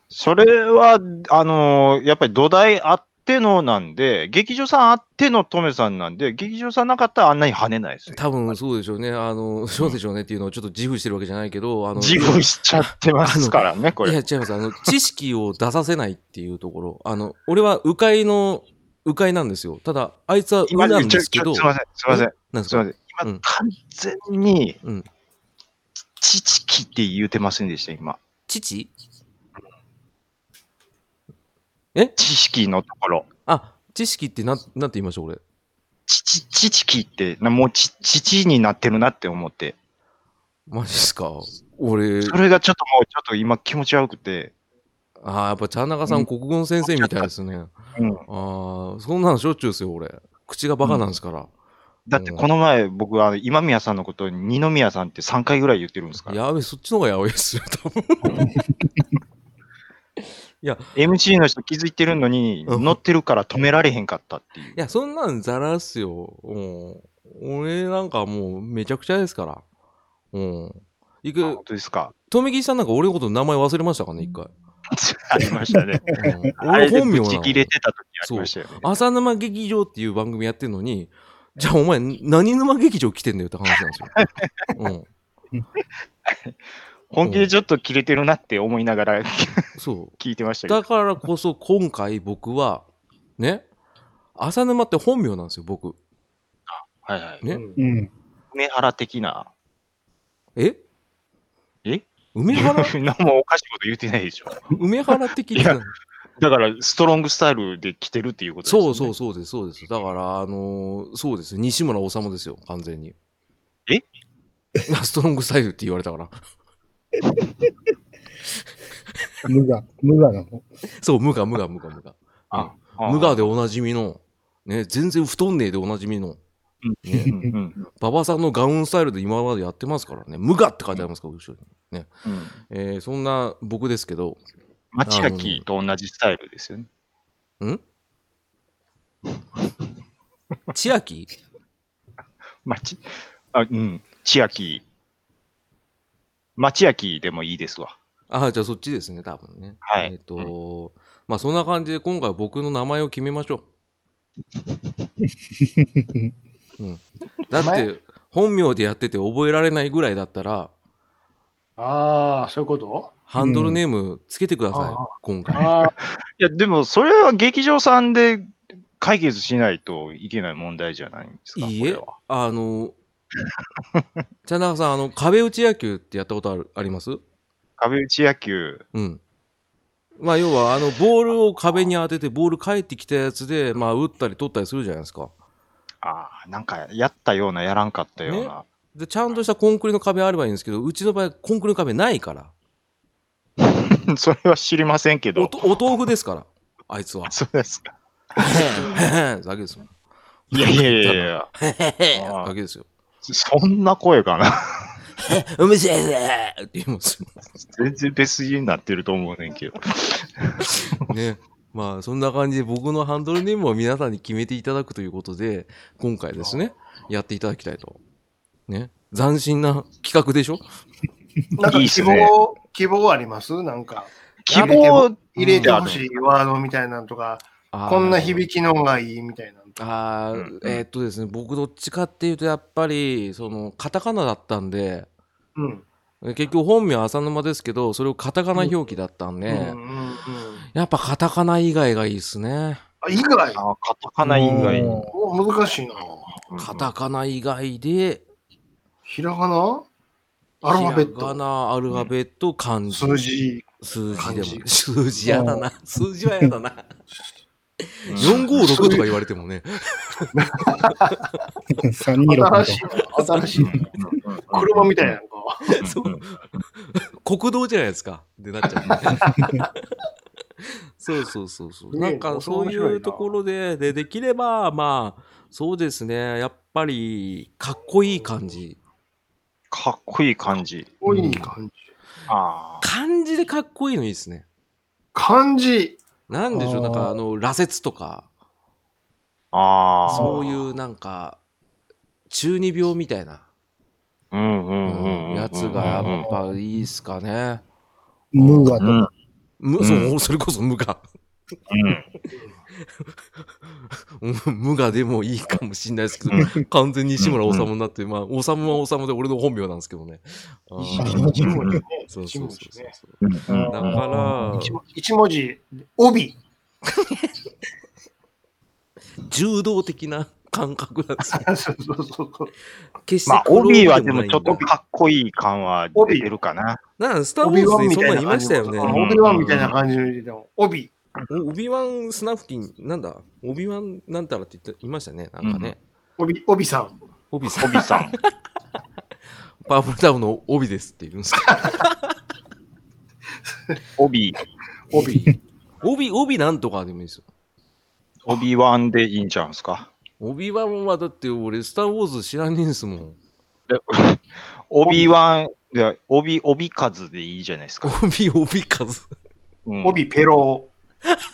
S1: それは、あのーやっぱり土台あってのなんで、劇場さんあってのトメさんなんで、劇場さんなかったらあんなに跳ねないですよ。
S2: 多分そうでしょうね。あの、そうでしょうねっていうのをちょっと自負してるわけじゃないけど、あの、
S1: 自負しちゃってますからね、こ
S2: いや、
S1: れ。
S2: 違います。あの、知識を出させないっていうところ。あの、俺は、迂回の、迂回なんですよ。ただ、あいつは、迂なんですけど、
S1: すいません、すいません、
S2: なんです
S1: すいません。
S2: かう
S1: 今
S2: ん、
S1: 完全に
S2: うん、
S1: 知識って言うてませんでした、今。
S2: 父
S1: 知識のところ。
S2: あ、知識ってなん、なんて言いました、俺。
S1: ちち、知識って、なもうち、父になってるなって思って。
S2: マジっすか俺、
S1: それがちょっともう、ちょっと今気持ち悪くて。
S2: ああ、やっぱ、ちゃんなかさ、
S1: うんん
S2: 国語の先生みたいですね。
S1: うん。
S2: ああ、そんなのしょっちゅうですよ、俺。口がバカなんですから。
S1: だってこの前、僕、あの、今宮さんのことを二宮さんって3回ぐらい言ってるんですから。
S2: やべえ、そっちの方がやべえっ すよ、多分。
S1: MC の人気づいてるのに、
S2: うん
S1: 乗ってるから止められへんかったっていう
S2: い。や、そんなんざらっすよ。うん。俺なんかもうめちゃくちゃですから。うん。い
S1: あ
S2: く
S1: 本、当ですか
S2: とめきさんなんか俺のこと名前忘れましたからね、一回。
S1: ありましたね。
S2: うん
S1: あれ
S2: 俺
S1: で
S2: 本名
S1: ブ
S2: な
S1: チ
S2: の
S1: 切れてた時ありましたよね。
S2: 浅沼劇場っていう番組やってんのに、じゃあお前何沼劇場来てんだよって話なんですよ。 うん。
S1: 本気でちょっと切れてるなって思いながら
S2: そ
S1: 聞いてました
S2: う。
S1: けど
S2: だ。からこそ今回僕は、ね、浅沼って本名なんですよ、僕。
S1: はいはい。
S2: ね
S3: うん
S4: うん。
S1: 梅原的な。
S2: え
S1: え
S2: 梅原
S1: 何もおかしいこと言ってないでしょ。
S2: 梅原的に
S1: いやだから、ストロングスタイルで来てるっていうことですよね。
S2: そうそうそうです、そうです。だから、あのーそうです。西村治ですよ、完全に。
S1: え
S2: ストロングスタイルって言われたから。
S4: 無我、無我なの。
S2: そう、無我、無我、無我、無我。
S1: ああ
S2: 無我でおなじみの、ね、全然太んねえでおなじみの、
S1: うんうん
S2: 馬場さんのガウンスタイルで今までやってますからね。無我って書いてありますから、後ろに。
S1: うん
S2: えーそんな僕ですけど、
S1: 町垣と同じスタイルですよね。
S2: 千秋
S1: 町、あ、うん、千秋。町秋でもいいですわ。
S2: ああ、じゃあそっちですね、多分ね。
S1: はい
S2: えっ、とまあそんな感じで今回は僕の名前を決め ましょう。うん、だって、本名でやってて覚えられないぐらいだったら、
S3: ああ、そういうこと
S2: ハンドルネームつけてください、
S3: ああ
S2: 今回。
S3: ああ、
S1: いや、でも、それは劇場さんで解決しないといけない問題じゃないんですか。
S2: いい
S1: これ
S2: え
S1: は、
S2: あ の、じゃあ、中さん、あの、壁打ち野球ってやったことあるあります
S1: 壁打ち野球。
S2: うん。まあ、要は、あの、ボールを壁に当てて、ボール返ってきたやつで、まあ、打ったり取ったりするじゃないですか。
S1: ああ、なんか、やったような、やらんかったような。
S2: で、ちゃんとしたコンクリの壁あればいいんですけど、うちの場合、コンクリの壁ないから。
S1: それは知りませんけ
S2: お
S1: ど。。
S2: とお豆腐ですから、あいつは
S1: そうですか。
S2: だけですよ。
S1: いやいやいやいや、
S2: だけですよ。
S1: そんな声かな。
S2: うむせえぜって言います。
S1: 全然別人になってると思うねんけど。
S2: ね。まあ、そんな感じで僕のハンドルネームを皆さんに決めていただくということで、今回ですね、やっていただきたいと。ね。斬新な企画でしょ
S3: なんか
S1: いいっ
S3: 希
S1: す
S3: 望、
S1: ね
S3: 希望ありますなんか。
S1: 希望
S3: 入れてほしいワードみたいなのとか、こんな
S2: き
S3: 響きのがいいみたいなのとか。
S2: あー
S1: うん
S2: えーっとですね、僕どっちかっていうと、やっぱり、その、カタカナだったんで、
S3: うん。
S2: 結局本名は浅沼ですけど、それをカタカナ表記だったんで、
S3: うんうんうん。
S2: やっぱカタカナ以外がいいですね。
S3: あ、以外
S1: あカタカナ以外に。
S3: お難しいな。
S2: カタカナ以外で、
S3: ひらがなアルファベッ
S2: ひらが
S3: ト。
S2: な、アルファベット、漢字。
S3: 数。字。
S2: 数字で
S3: 漢
S2: も
S3: 字。
S2: 数字やだな。数字はやだな。
S1: うん
S2: 456とか言われてもね。
S4: 三二
S3: 新
S4: 六み
S3: しい
S4: た
S3: な。新しいな。車みたいなのか。
S2: そう
S1: うん
S2: 国道じゃないですか。ってなっちゃう。そうそうそうそう。
S3: ね
S2: な
S3: え
S2: んかそういうところで、で、できれば、まあ、そうですね。やっぱりかっこいい感じ
S1: かっこいい感じ。
S3: 多い感じ。
S1: ああ。
S2: 漢字でかっこいいのいいですね
S3: 漢字。
S2: なんでしょう
S4: あー
S2: なんかあの羅刹とか
S1: ああ。
S2: そういうなんか中二病みたいな、
S1: うんう
S2: うん
S1: うんうん
S2: ん、やつがやっぱいいっすかね、
S4: 無我
S1: う
S4: と
S1: ん。
S4: か。
S2: む
S1: うん
S2: そうそれこそ無我
S1: うん
S2: うん無我でもいいかもしんないですけど完全に西村治になって、まあ治は治で俺の本名なんですけどねあー
S3: 一文字ね。
S2: そう
S3: 一
S2: そう
S3: 文
S2: そう
S3: 字ね。
S2: そう
S1: うん
S2: だか
S1: うん
S2: ら
S3: 一文一文字、帯。
S2: 柔道的な感覚なんですよ
S3: そうそうそうそう。
S2: 決して
S1: まあ、
S2: 黒
S1: 帯はで
S2: も
S1: も
S2: ないん
S1: ち
S2: だ
S1: ょっとかっこいい感は出てるかな。
S2: なんかスター・ウォーズにそんなんいましたよね。
S1: じ
S3: 帯ワンみたいな感じでも、帯。
S2: オビワンスナフキン、なんだオビワンなんたらって言っていましたね。なんかね。
S3: 帯、帯さん。
S2: オビさん、
S1: 帯さ ん。
S2: パープルタウンのオビですって言うんですか。
S1: 帯、
S3: 帯。
S2: オビ、オビなんとかでもいいですよ。
S1: 帯ワンでいいんちゃうんすか。
S2: オビワンはだって俺、スター・ウォーズ知らねえんすもん。
S1: 帯ワン、いや帯、帯数でいいじゃないです
S2: オ
S1: か。
S2: ビ、オビ数。
S1: うん
S3: 帯ペロ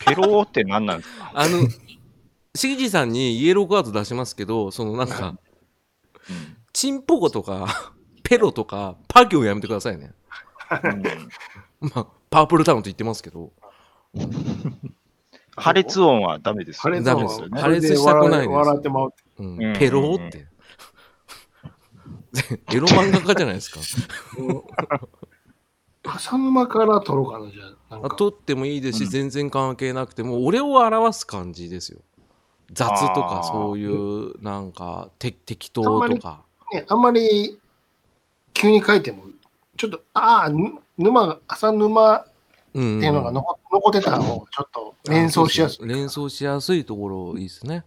S1: ペローって何なんですか
S2: あの、しぎじさんにイエローカード出しますけど、そのなんか、チンポコとか、ペロとか、パ行やめてくださいね。
S1: うんう ん
S2: まあ、パープルタウンと言ってますけど。
S3: ー。
S1: 破裂音はダメです。
S3: 破裂
S2: ダ
S3: 音
S2: メ
S3: は
S2: ですよね
S3: これで
S2: 破裂したくないです
S3: 笑笑ってまう。
S2: うん
S1: うん
S2: ペローって。 エロ漫画家じゃないですか。
S3: 浅沼から取ろうかな、じゃあ。なん
S2: あ
S3: か
S2: 取ってもいいですし、
S1: うん
S2: 全然関係なくても、俺を表す感じですよ。雑とか
S1: あー
S2: そういう、なんか、て適当
S3: あんま
S2: と
S3: り
S2: か。
S3: ね、あんまり急に書いても、ちょっと、ああ、ぬ沼が、浅沼っ
S2: うん
S3: ていうのが残,、残ってた方がちょっと連想しやすい。
S2: あそうそう連想しやすいところいいですね。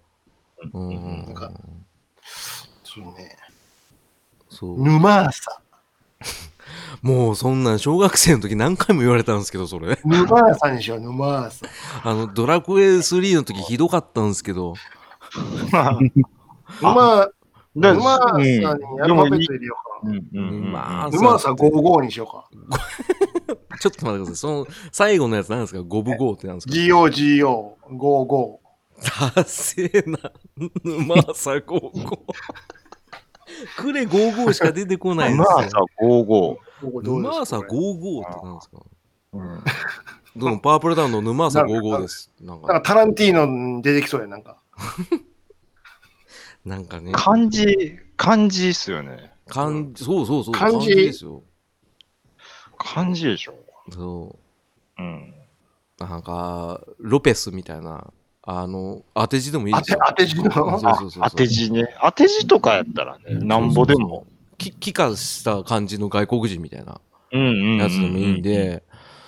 S2: うん。
S3: なんかそうね。
S2: そう。
S3: 沼浅。
S2: もうそんなん小学生の時何回も言われたんですけど、そ れ。
S3: 沼浅にしよう、沼浅。
S2: あの、ドラクエ3の時ひどかったんですけど。
S3: 沼、
S1: だ
S3: 沼浅にアルファベット入れようか。
S1: うんうんうん
S2: まあ
S3: 沼浅55にしようか。
S2: ちょっと待ってください。その、最後のやつなんですか五分五ってなんですか
S3: GOGO55。
S2: ダセーな。沼朝高校。クレ55しか出てこないんで
S1: ますあさ
S2: よ。、
S1: 55。
S2: 沼朝
S3: 5
S2: 55ってなんですか
S1: うん
S2: どうも、パワープルダウンの沼朝55です。なん
S3: なんか
S2: か、
S3: タランティーノに出てきそうや、なんか。
S2: なんかね、
S1: 漢字、漢字っすよね。
S2: 漢字、そうそうそう、
S3: 漢字
S2: ですよ。
S1: 漢字でしょ。
S2: そ
S1: うん。
S2: う。なんか、ロペスみたいな、あの、当て字でもいい
S3: 当
S2: です
S3: て
S2: よ。
S3: 当て字の。
S2: そうそうそうそう
S1: あ当て字ね。当て字とかやったらね、なんぼでも。
S2: き。帰化した感じの外国人みたいな
S1: うんうんうん
S2: やつでもいいんで、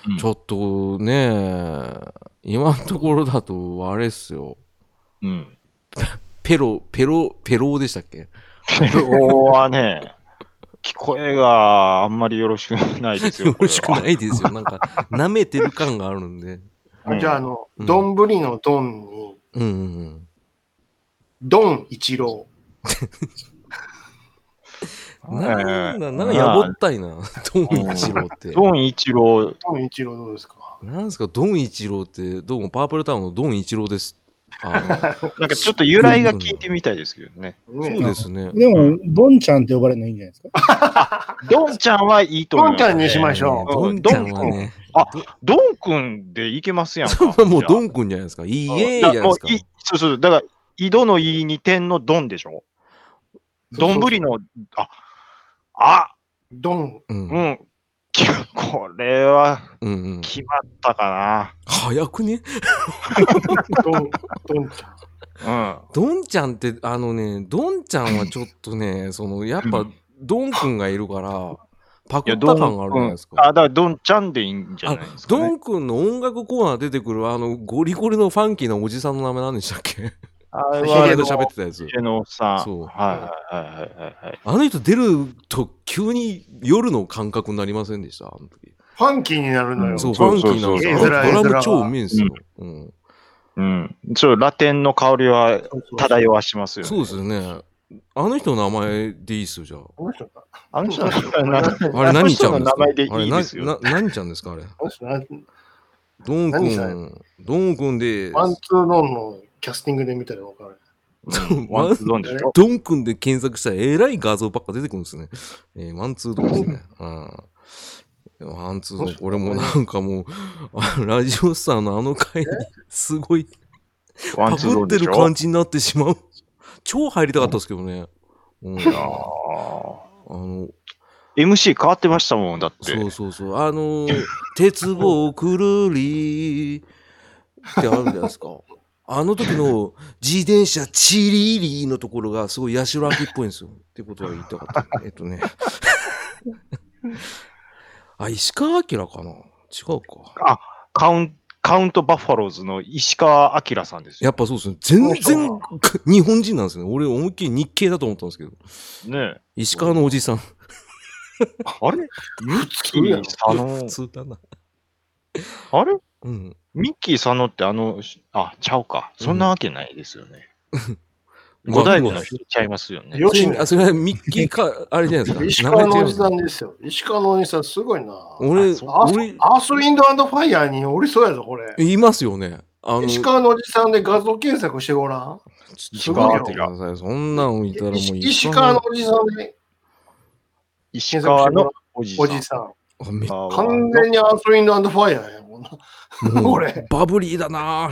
S1: うん
S2: ちょっとね、今のところだと、あれっすよ。
S1: うん。
S2: ペロ、ペロ、ペローでしたっ け
S1: ペロはね、聞こえがあんまりよろしくないですよ。
S2: よろしく
S1: い。
S2: ないで すよ。なんか、舐めてる感があるんで。
S1: うん
S3: じゃあ、あの、
S2: うん
S3: 丼の丼に、
S2: うんうんうん。
S3: ドン一郎。
S2: なん
S1: え
S2: だ、
S1: ー
S2: なんかやぼったいな。ドン一郎って。
S1: ドン一郎、
S3: ドン一郎どうですか
S2: なんですか、ドン一郎って、どうもパープルタウンのドン一郎 です。あ
S1: なんかちょっと由来が聞いてみたいですけどね。
S2: の
S3: ね
S2: そうですね。
S4: でも、ボンちゃんって呼ばれるのいいんじゃないですか。
S1: ドンちゃんはいいと思
S3: ド
S1: い
S3: ン
S1: ま
S3: ち
S1: す、
S3: ゃんにしましょう。
S2: ドンちゃんはね。。
S1: ドンくんでいけますやんか
S2: もうド
S1: ン
S2: ンくんじゃないですか。いい
S1: い
S2: えじゃないですか。
S1: そうそう。だから、井戸の井に点のドンでしょ。どんぶりの、あ、あ、
S3: ドン。
S1: う
S2: う。
S1: んん。きこれは
S2: うんうん。
S1: 決まったか
S2: 早くね。
S3: ドン。ドンちゃん。
S1: な。
S2: ドンちゃんって、あのね、ドンちゃんはちょっとね、 その、やっ
S1: う
S2: ぱ
S1: ん、
S2: ドンくんがいるから、パ
S1: うん。
S2: クった感があるじゃないです
S1: うんあ、
S2: か。
S1: だからドンちゃんでいいんじゃないですか、
S2: ド
S1: ね。
S2: ンくんの音楽コーナー出てくる、あの、ゴリゴリのファンキーなおじさんの名前何でしたっけ
S1: あれ
S3: ヒ
S1: は
S2: ヒ
S3: ゲ
S2: ゲ
S3: の
S2: と喋ってたやつ
S1: ヒ。ゲのおっさん。
S2: そう
S1: はいはいはいはいはい。
S2: あの人出ると急に夜の感覚になりませんでしたあの時。
S3: ファンキーになるのよ。
S2: そう、フ
S1: そ
S2: ァ
S1: う
S2: ンキ
S1: そうそう
S2: ーなんですよ
S3: 絵面
S2: ドラ
S3: 絵面
S2: ム
S3: が
S2: 超うめえんですよ。うん
S1: うん。そう、ラテンの香りは
S3: そうそうそう
S1: 漂わしますよね。
S2: そうですよね。あの人の名前でいいっすよ、じゃあ。
S3: この人か。
S5: あの人の
S2: あれ何ちゃん
S5: の
S2: です
S5: 名
S2: か
S5: 前でいいです
S2: あ
S5: よ。
S2: れなな何ちゃんですかあれ。
S3: この人な
S2: ドン
S3: 何
S2: 君
S3: さ、
S2: ドン君で、
S3: ワンツーノンのキャスティングで見たら分かる。
S1: ワンツーゾンでしょ
S2: ドン君で検索したらえらい画像ばっか出てくるんですね。えーワンツードンですね。うんワンツードン、俺もなんかもう、あラジオスターのあの回にすごい
S1: ワ
S2: パ
S1: ンツー
S2: ク
S1: ゾ
S2: っ
S1: ン
S2: て
S1: で
S2: る
S1: し
S2: 感
S1: ょ
S2: じになってしまう。 超入りたかったですけどね。うん、
S1: あ
S2: あ
S1: ー
S2: の
S1: MC 変わってましたもん、だって。
S2: そうそうそう。あのー、鉄棒くるりってあるんじゃないですか。あの時の自転車チリリのところがすごい八代明っぽいんですよ。ってことは言いたか った。えっとね。あ、石川明かな違うか。
S1: カウンカウントバッファローズの石川明さんです
S2: や
S1: よ。
S2: っぱそうですね。全然日本人なんですね。俺思いっきり日系だと思ったんですけど。
S1: ねえ
S2: 石川のおじさん。
S1: あれミッキー佐
S2: 普
S1: 野。
S2: 通だな。
S1: あれ
S2: うん。
S1: ミッキー佐野ってあの、あ、ちゃうか。そんなわけないですよね。
S2: うん
S1: 五代目の人ちゃいますよね。
S3: よし、
S2: あ、それはミッキーか、あれじゃないです
S3: 石
S2: か。
S3: 川のお
S2: う
S3: じさんですよ。石川のおじさん、すごいな。
S2: 俺
S1: あ、そう
S3: アース
S2: 俺、
S3: アースウィンドファイヤーにおりそうやぞ、これ。
S2: いますよね。あの、
S3: 石川のおじさんで画像検索してごら
S2: ち
S3: ん。
S2: ょっと
S1: 石
S2: 待
S1: 川
S2: って
S1: 明
S2: ください。そんなんいたらもう
S3: 石
S2: い
S3: 石川のおじさんで
S1: 石
S3: 検索して
S1: 川
S3: ごらん
S1: の。おじさん。
S3: おじさん。
S2: あめ
S3: 完全にアースウィンドファイヤーやもんな。
S2: もう
S3: 俺、
S2: バブリーだな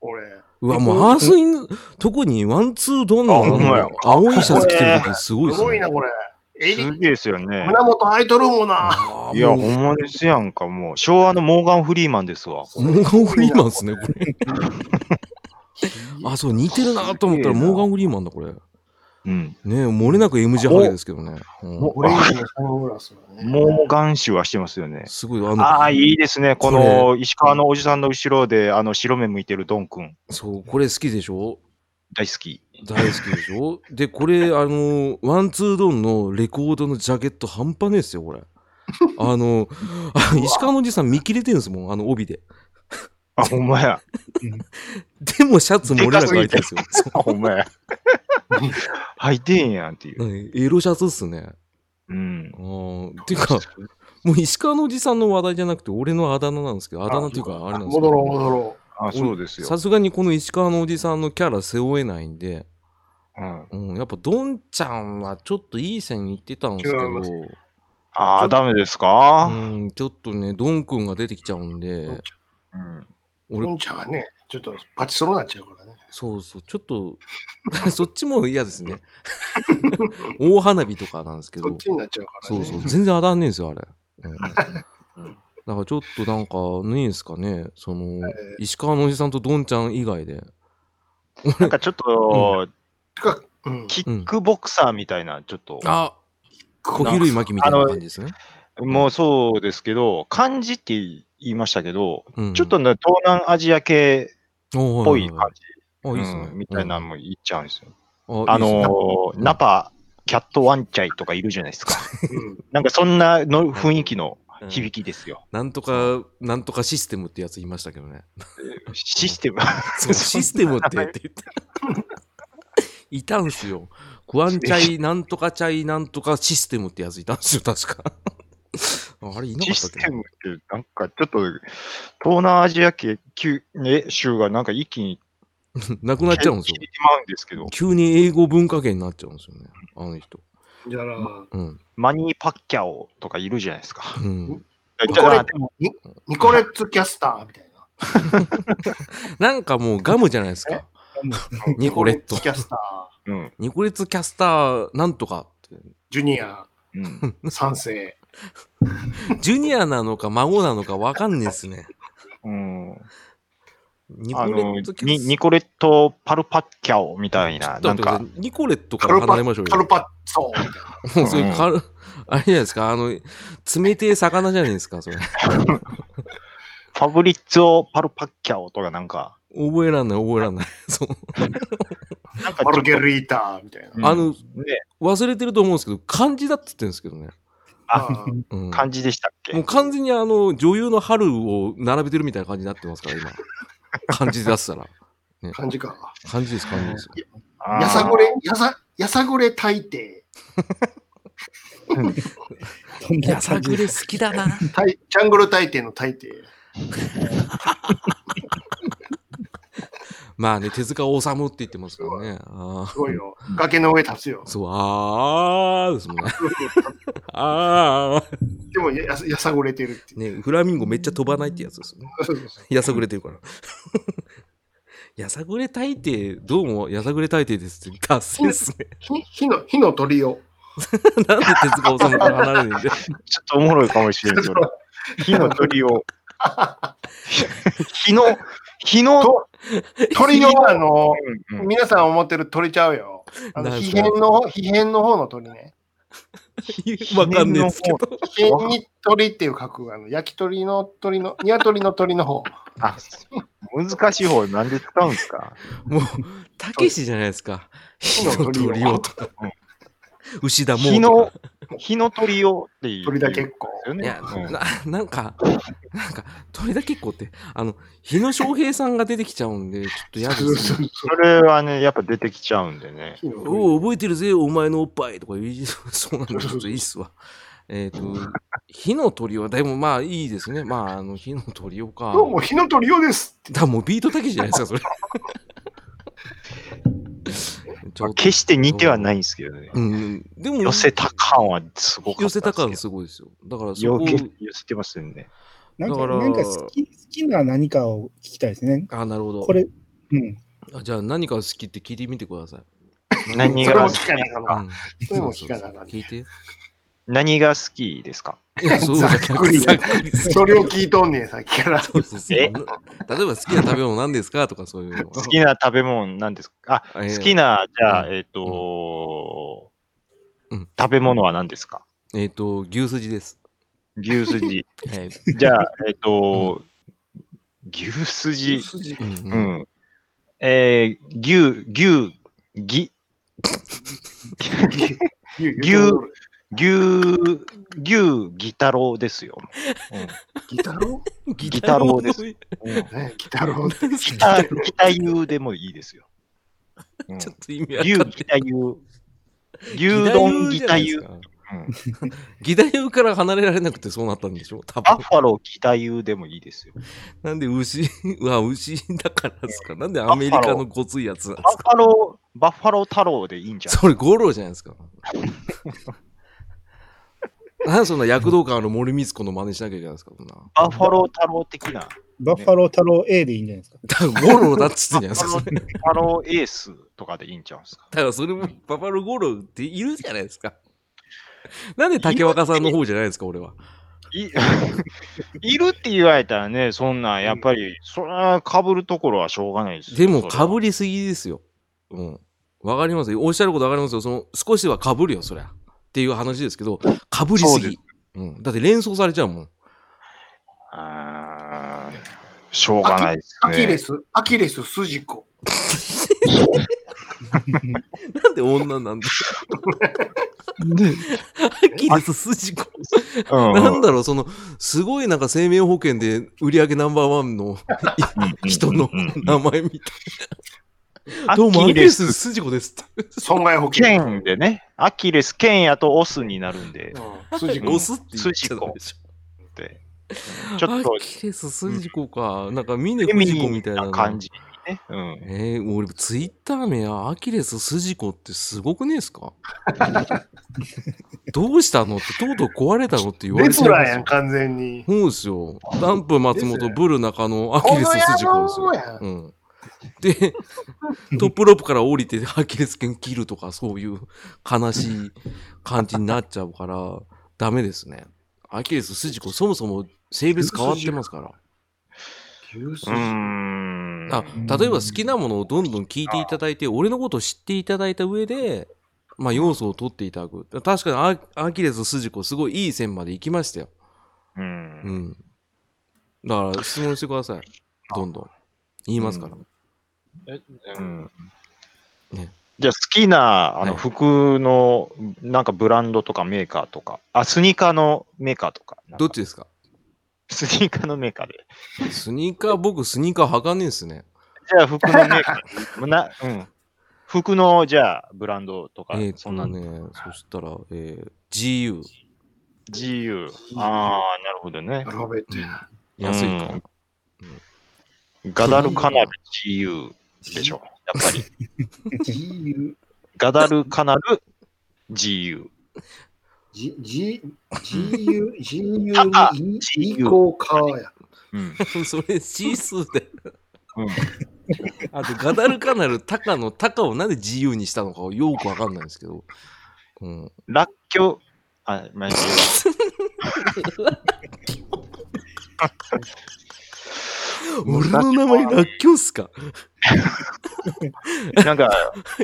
S3: 俺。
S2: うわ、もうアースイン、特にワンツードンの
S1: あほんまや
S2: 青いシャツ着てる時すごいですす
S3: ごい
S2: ね
S3: な、。これ。えり
S1: すげえですよね。
S3: 胸元空いとるもんな。
S2: あー
S1: いや、ほ
S2: もうん
S1: まですやんか、もう。昭和のモーガン・フリーマンですわ。
S2: モーガン・フリーマンですね、これ。あ、そう、似てるなと思ったら、
S1: すげえな
S2: モーガン・フリーマンだ、これ。ね
S1: うん。
S2: え、漏れなく MJ ハゲですけどね。うん
S3: オレンジのサングラスだね。
S1: モーガン集はしてますよね。
S2: すごい、あの、
S1: ああ、いいですね。この石川のおじさんの後ろで、あの、白目向いてるドン君。
S2: そう、これ好きでしょ
S1: 大好き。
S2: 大好きでしょ で、これ、あの、ワンツードンのレコードのジャケット半端ねえっすよ、これ。あの、あ石川のおじさん見切れてるんですもん、あの帯で。
S1: あ、ほんまや。
S2: でもシャツ漏れなく開いてるんですよ。
S1: あ、ほんま や。履いてんやんっていう。
S2: うんエロシャツっすね。
S1: うん
S2: あ。ーていうか、もう石川のおじさんの話題じゃなくて、俺のあだ名なんですけど、あだ名っていうか、あれなんですけ
S3: 戻ろう、
S2: ど、
S3: 戻ろ
S1: あ、そうですよ。
S2: さすがにこの石川のおじさんのキャラ背負えないんで、
S1: うん、
S2: うん、やっぱドンちゃんはちょっといい線に行ってたんですけ
S3: 違い
S2: ど
S3: ま、
S1: ああ、ダメです
S2: う
S1: か、
S2: ん、ちょっとね、ドンくんが出てきちゃうんで、
S1: うん、
S3: う。
S2: 俺
S3: ポンちゃんはね、ちょっとパチソロになっちゃうからね。
S2: そうそう、ちょっと、 そっちも嫌ですね。大花火とかなんですけ
S3: そ
S2: ど
S3: っ、ちになっちゃうから
S2: そ
S3: ね。
S2: うそう、全然当たんねえんですよ、 あれ。うん、だからちょっとなんか、ねえですかね、その、石川のおじさんとどんちゃん以外で。
S1: なんかちょっと、
S3: てかうん、
S1: キックボクサーみたいな、ちょっと、
S2: あ小気類巻きみたいな感じですね。
S1: もうそうですけど、漢字って言いましたけど、
S2: うん
S1: ちょっと、ね、東南アジア系っ
S2: っ
S1: ぽい感じ、
S2: あ、いいですね
S1: う。んみたいなの
S2: うん
S1: も言っちゃうんですよ。
S2: あ
S1: あのー
S2: うん
S1: ナパ、キャットワンチャイとかいるじゃない ですか。
S3: うん
S1: なんかそんなの雰囲気の響
S2: き。
S1: きですよ。
S2: なんとか、なんとかシステムってやつ言いましたけどね。
S1: システム。
S2: そうシステムって って言った。いたんすよ。クワンチャイ、なんとかチャイ、なんとかシステムってやついたんすよ、確か。あれ、いな
S1: シ
S2: かった
S1: ス
S2: っけ
S1: テムって、なんかちょっと、東南アジア系旧ね州がなんか一気に
S2: なくなっちゃうんです
S1: 消
S2: よ
S1: え。てまうんですけど、
S2: 急に英語文化圏になっちゃうんですよね、あの人。
S3: じゃあな、
S2: うん。
S1: マニー・パッキャオとかいるじゃないですか。
S2: うん、
S1: じゃあ、
S3: ニコレッツキャスターみたいな。
S2: なんかもうガムじゃないですか。ニコレット
S3: ニコレッツキャスター、
S1: うん。
S2: ニコレツキャスターなんとかって。
S3: ジュニア、
S1: うん、
S3: 賛 成。
S2: ジュニアなのか孫なのかわかんねえっすね。
S1: うん。
S2: ニ
S1: あ
S2: コレ
S1: の
S2: ットキャ
S1: ニ、
S2: ス
S1: ニコレット・パルパッキャオみたいな、
S2: ちょ
S1: な
S2: っ
S1: ん
S2: と待ってくだ
S1: か
S2: さ、いニコレットか
S3: カ
S2: ら
S3: ルパ
S2: 離れましょう
S3: ッカル
S2: よ。
S3: パッツォみ たいな。
S2: もうそれカル、あれじゃないですか、あの、冷てえ魚じゃないですか、それ。
S1: ファブリッツォ・パルパッキャオとかなんか、
S2: 覚えらんない、覚えらんない。そう。
S1: なんか
S3: マ
S1: ちょ
S3: ル
S1: っと
S3: ゲリータみたいな。
S1: うん
S2: あの、
S1: ね
S2: 忘れてると思うんですけど、漢字だって言ってるんですけどね。
S3: あ
S2: うん、
S1: 感じでしたっけ
S2: もう完全にあの、女優の春を並べてるみたいな感じになってますから、今。漢字で出したら。
S3: 感じか。
S2: 漢字です、漢字です。
S1: あー
S3: やさぐれ、やさ、やさぐれ大帝。
S4: そんな
S2: や
S4: 感
S2: さ
S4: じ
S2: ぐれ好きだな。
S3: 大ジャングル大帝の大帝。
S2: まあね、手塚治虫って言ってますからね。あ
S3: すごいよ。崖の上立つよ
S2: ー。そう、あーですもんね。あー。
S3: でもや、やさぐれてるっていう。
S2: ね、フラミンゴめっちゃ飛ばないってやつですよね。
S3: そうそうそう
S2: やさぐれてるから。 やさぐれ大帝、どうもやさぐれ大帝ですって達成っすね。
S3: ひ火の、火の鳥を。
S2: なんで手塚治虫から離れるんで。
S1: ちょっとおもろいかもしれん けど、火の鳥を。 火の、火の、
S3: 鳥の、あの、
S1: うんうん
S3: 皆さん思ってる鳥ちゃうよ。あの、
S2: なんす
S3: 皮
S2: か
S3: 変の、皮変の方の鳥ね。
S2: わかんねえですけど。
S3: 皮変に鳥っていう書く、あの、焼き鳥の鳥の、鶏の鳥の方。
S1: あ難しい方なんで使うんですか
S2: もう、たけしじゃないですか。火の鳥をとか
S1: うん。
S2: 牛田も
S1: 火の、火の鳥をっていう。
S3: 鳥だけっこ。
S1: よね。
S2: いや、
S1: うん
S2: ななんか、なんか、鳥だけっこって、あの、日野翔平さんが出てきちゃうんで、ちょっと嫌
S3: そう
S2: です、
S3: そう
S2: ね。
S3: そう
S1: それはね、やっぱ出てきちゃうんでね。
S3: 火の鳥
S2: おう覚えてるぜ、お前のおっぱいとか言いそう なんだ、ちょっといいっすわ。えっ、と、火の鳥は、でもまあいいですね。まあ、あの、火の鳥をか。
S3: どうも、火の鳥をですって。
S2: だからもうビートたけしじゃないですか、それ。
S1: まあ
S2: ちょっと
S1: 決して似てはないんですけどね
S2: う。ん、でも、
S1: 寄せた感はすごか
S2: 寄
S1: った
S2: せ
S1: ですけ
S2: た
S1: ど。
S2: 感すごいですよ。だからそ
S1: よ
S2: こ
S1: け寄せてますよね。
S4: なん
S2: だ
S4: か
S2: から
S4: なんか好き好きな何かを聞きたいですね。
S2: あ、なるほど。
S4: これ、うん、
S2: あじゃあ何か好きって聞いてみてください。
S1: 何
S3: それも
S1: が
S3: 聞かなあかん
S2: う
S3: わ
S2: ん
S3: それも聞かなあかん
S2: 聞いて。
S1: 何が好きですか
S2: いや、そう
S3: ざ
S2: だ
S3: っく り
S2: ざっくりです
S3: それを聞いとんねん、さっきから。
S2: そうそうそう例
S1: え
S2: えば好きな食べ物何ですかとかそういうの。
S1: 好きな食べ物なんですかあ、
S2: えー
S1: 好きな、じゃあ、
S2: うん
S1: えっと
S2: うん、
S1: 食べ物は何ですか
S2: えっ、と、牛すじです。
S1: 牛す じ。
S2: はい。
S1: じゃあ、えっと、牛すじ。
S2: うん
S1: う
S2: うん
S1: ん。えー、牛、牛、ぎ、
S3: 牛
S1: 牛牛、牛、ギ太郎ですよ。
S3: ギタロ
S1: ギタロウです
S2: ギ
S1: うん。うん
S3: ウね、ギタロウ
S2: タロウです。 ちょ
S1: 北、北優でもいいですよ。うん
S2: っと意味わかん
S1: 牛、
S2: ない。
S1: 北優。牛丼、
S2: ギ
S1: ギ
S2: タ
S1: タ
S2: ユ
S1: 優。
S2: ーギタユーから離れられなくてそうなったんでしょ多
S1: バ
S2: 分
S1: ッ。ファロー、ギタ優でもいいですよ。
S2: なんで牛、うわ、牛だからですかなんでアメリカのごついやつなんで
S1: バ
S2: す
S1: ッ
S2: か
S1: ファロー、バッファロー太郎でいいんじゃん。
S2: それ五郎じゃな いですか。なんでそんな躍動感ある森光子の真似しなきゃいけないんですかそんな。
S1: バッファロー太郎的な。
S4: バッファロー太郎 A でいいんじゃないですか。
S2: だから五郎だっつってんじゃない
S1: バ
S2: ですか。それ
S1: ッファローエースとかでいいんじゃうんですか。
S2: だからそれもパパルゴロっているじゃないですか。なんで竹若さんの方じゃないですか、俺は。
S1: い いるって言われたらね、そんなん、やっぱり、それはかぶるところはしょうがないですよ
S2: でも、かぶ
S1: り。
S2: りすぎですよ。うん。わかりますよ。おっしゃることわかりますよ。その、少しはかぶるよ、そりゃ。っていう話ですけど、かぶり
S1: そ
S2: す
S1: うで
S2: ぎ。うん。だって連想されちゃうもん。
S1: あーしょうがないです
S3: アキレ
S1: ね。
S3: ス、アキレス、スジコ。
S2: なんで女なんだアキレス筋子。
S1: うん
S2: なんだろう、その、すごいなんか生命保険で売り上げナンバーワンの人の
S1: うんうんうん
S2: 名前みたい
S1: ア
S2: な。どうも、ア
S1: キ
S2: キ
S1: レ
S2: レス
S1: ス
S2: 筋子ですって。
S3: 損害保険。
S1: 剣でね、アキレス剣やとオスになるんで、
S3: うんスジ
S1: ん
S3: コ
S2: 押。すって言っちゃダメでしょ。
S1: ってちょっと
S2: アキレス筋子か。なんか、峰
S1: フェミ
S2: 筋子
S1: ニ
S2: み
S1: ン
S2: たいな
S1: な
S2: の
S1: 感。じにね。うん
S2: えー、俺、ツイッター名はアキレス筋子ってすごくねえです かどうしたのって、とうとう壊れたのって言わ
S3: レ
S2: れて
S3: プ
S2: るん
S3: ラ
S2: です
S3: や
S2: よ
S3: ん、。完全に。
S2: そうですよ。ダンプ松
S3: です
S2: 本、
S3: ね
S2: ブル中野、アキレス筋子ですよ
S3: この野郎や。
S2: うん、で、トップロープから降りてアキレス腱切るとか、そういう悲しい感じになっちゃうから、ダメですね。アキレス筋子、そもそも性別変わってますから。
S3: 牛ス
S1: う
S3: ジ
S1: ーん。
S3: コ
S2: あ例えば好きなものをどんどん聞いていただいて、俺のことを知っていただいた上で、まあ、要素を取っていただく。確かにアアキレス筋子、すごいいい線まで行きましたよ。
S1: う。
S2: うんん。だから質問してください。どんどん。言いますから。
S1: うん
S2: ね
S1: じゃあ好きなあの
S2: はい
S1: 服のなんかブランドとかメーカーとか、あ、スニーカーのメーカーとか。なんか
S2: どっちですか
S1: スニーカーのメーカーで。
S2: スニーカー、僕スニーカー履かねえっすね。
S1: じゃあ服のメーカー。むなうん、服の、じゃあ、ブランドとか、
S2: えー、
S1: そ
S2: そ
S1: ん
S2: ん
S1: な、
S2: なんね、そしたら、えー、GU。
S1: GU。ああ、なるほどね。
S6: ラベって。
S2: 安いか。
S1: ガダルカナル GU でしょ。やっぱり。
S3: GU、
S1: ガダルカナル GU。
S3: G、G、GU、GU に
S1: GU
S3: 移行かや。
S1: うん。
S2: それ、シースーで。
S1: うん
S2: あと、ガダルカナル、タカのタカをなんで GU にしたのかよくわかんないんですけど。うん。
S1: ラッキョ、あ、まあ、GU
S2: 俺の名前、ラッキョウっすか
S1: なんか、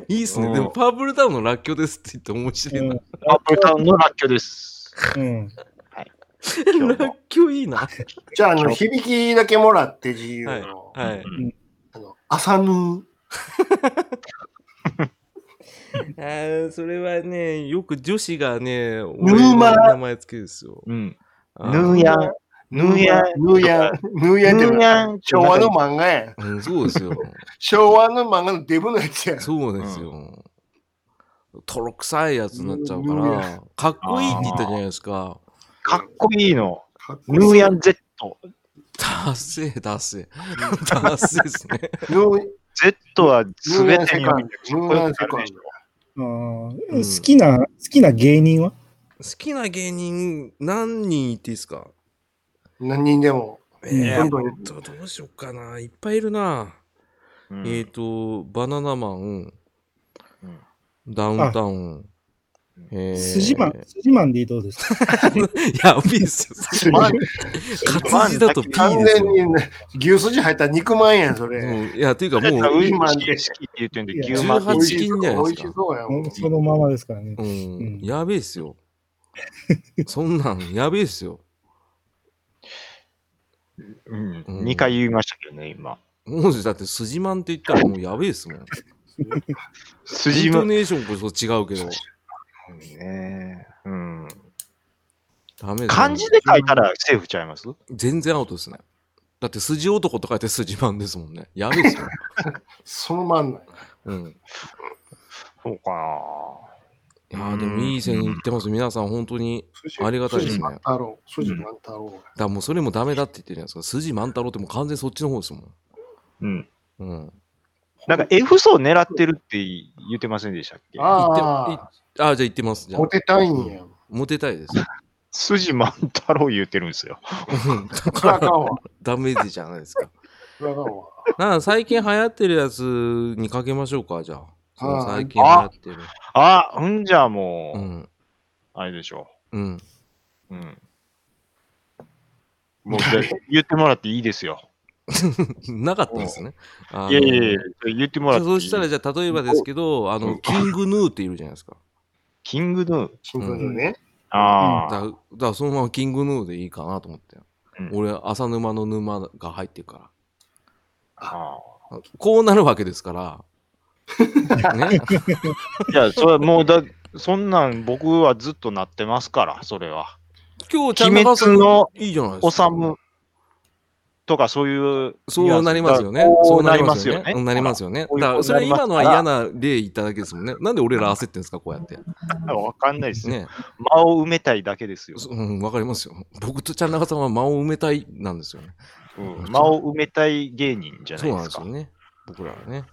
S2: いいっす
S1: う
S2: ね。
S1: ん
S2: でも、パープルタウンのラッキョウですって言って面白いな。
S1: アップルタウンのラッキョです。
S4: うん。
S1: 今日
S2: ラッ
S1: も
S2: キョウいいな。
S3: じゃあ、あの、響きだけもらって GU の、
S2: はい。
S3: あの、朝ぬ、
S2: あーそれはね、よく女子がね、
S3: ー
S2: 俺の
S3: マ
S2: 名前つけるんですよ。
S1: うん。
S2: あ
S1: ヌーヤン、ヌーヤン、
S3: ぬーやん、ぬーやんって
S1: ヌーヤンって
S3: 昭和の漫画やん。
S2: うん、そうですよ。
S3: 昭和の漫画のデブのやつやん。
S2: そうですよ。とろくさいやつになっちゃうから、かっこいいって言ったじゃないですか。
S1: かっこいいの。
S3: かっこいい
S1: ヌーヤン Z。
S2: 達成、達成。達成ですね。
S3: ヌー
S1: Z は
S3: ヌー
S1: 全
S3: ヤ
S1: て
S3: ンセ
S1: に
S3: カ
S1: おい
S3: ン
S1: て
S3: ド。ヌーヤンセカンド。
S4: あー好きな、好きな芸人は
S2: 好きな芸人、何人いていいですか
S3: 何人でも。
S2: え
S4: ん
S2: ー、
S3: どんどん
S2: っと、どうしようかな。いっぱいいるな。
S1: うん
S2: えっと、バナナマン、
S1: うん
S2: ダウンタウン。えー
S4: スジマン、スジマンでどうですか
S2: いや、ピース。
S3: まあ
S2: 活字だと P
S3: 完
S2: です
S3: 全
S2: よ。
S3: にね牛すじ入ったら肉まんやん、それ。
S2: うんいや、というかもう、
S1: ウイマンで好きって言ってんで、牛マン
S2: 18
S1: で。
S2: 金じゃないですか
S3: 美味しそうやも ん。
S4: そのままですからね。
S2: うん
S4: うん
S2: やべえっすよ。そんなん、やべえっすよ。
S1: うん
S2: うん
S1: 2回言いましたけどね、今。
S2: もうだって、スジマンって言ったらもうやべえっすもん。
S1: ス
S2: イ
S1: ジ
S2: ン
S1: ム
S2: ト。ネーションこそ違うけど。
S1: ねえうん
S2: ダメだ
S1: 漢字で書いたらセーフちゃいます
S2: 全然アウトですね。だって、筋男と書いてスジマンですもんね。やべえっすよ。
S3: そのまんない。
S2: うん。
S1: そうか
S2: いやーでもいい線いってます。皆さん、本当に。ありがたいですね
S3: 筋万太郎。筋万太郎や。
S2: だからもうそれもダメだって言ってるじゃないですか。筋万太郎ってもう完全にそっちの方ですもん。
S1: な。うん。
S2: うん。
S1: なんか F 層狙ってるって言ってませんでしたっけ
S3: ああ、
S2: ああ、じゃあ言ってます。じゃあ
S3: モ、テたいんや。
S2: モテたいです。
S1: 筋万太郎言ってるんですよ。
S2: うんだ
S3: そら
S2: か、
S3: あからんわ。
S2: ダメージじゃないですか。
S3: そらあかんわ。
S2: なあ、最近流行ってるやつにかけましょうか、じゃあ。その最近流行
S1: あ
S2: ってる。
S1: あ、うんじゃあも
S2: う
S1: う、
S2: ん。
S1: あれでしょ
S2: うん。
S1: う。うん。もうで言ってもらっていいですよ。
S2: なかったですね。 あの
S1: いやいやいや、言ってもらっていい。
S2: そうしたら、じゃあ、例えばですけど、あ
S1: う
S2: の、
S1: ん
S2: キングヌーっているじゃないですか。
S1: キングヌー。
S3: シンプルにね。
S1: あ
S2: だ
S1: あ、
S2: だから、そのままキングヌーでいいかなと思って。
S1: うん
S2: 俺、浅沼の沼が入ってるから。
S1: ああ。
S2: こうなるわけです から。ね、
S1: いや、それはもうだ、そんなん僕はずっとなってますから、それは。
S2: 今日、ちゃんと
S1: 鬼滅の
S2: いいじゃないですか。
S1: おさむとかそういう。
S2: そうなりますよね。
S1: そ
S2: そうう
S1: な
S2: な
S1: り
S2: り
S1: ま
S2: ますす
S1: よ
S2: よ
S1: ね
S2: ね。。なりますよね。
S1: こういう
S2: だから、それ今のは
S1: こうな
S2: 嫌
S1: り
S2: な例いただけですもんね。なんで俺ら焦ってんですか、こうやって。
S1: わかんないですよ。
S2: ね。
S1: 間を埋めたいだけですよ。
S2: そうん、わかりますよ。僕とちゃんなかさんは間を埋めたいなんですよね。
S1: うん間を埋めたい芸人じゃな
S2: そう
S1: い
S2: な
S1: です
S2: んです
S1: か
S2: よ。ね。僕らはね。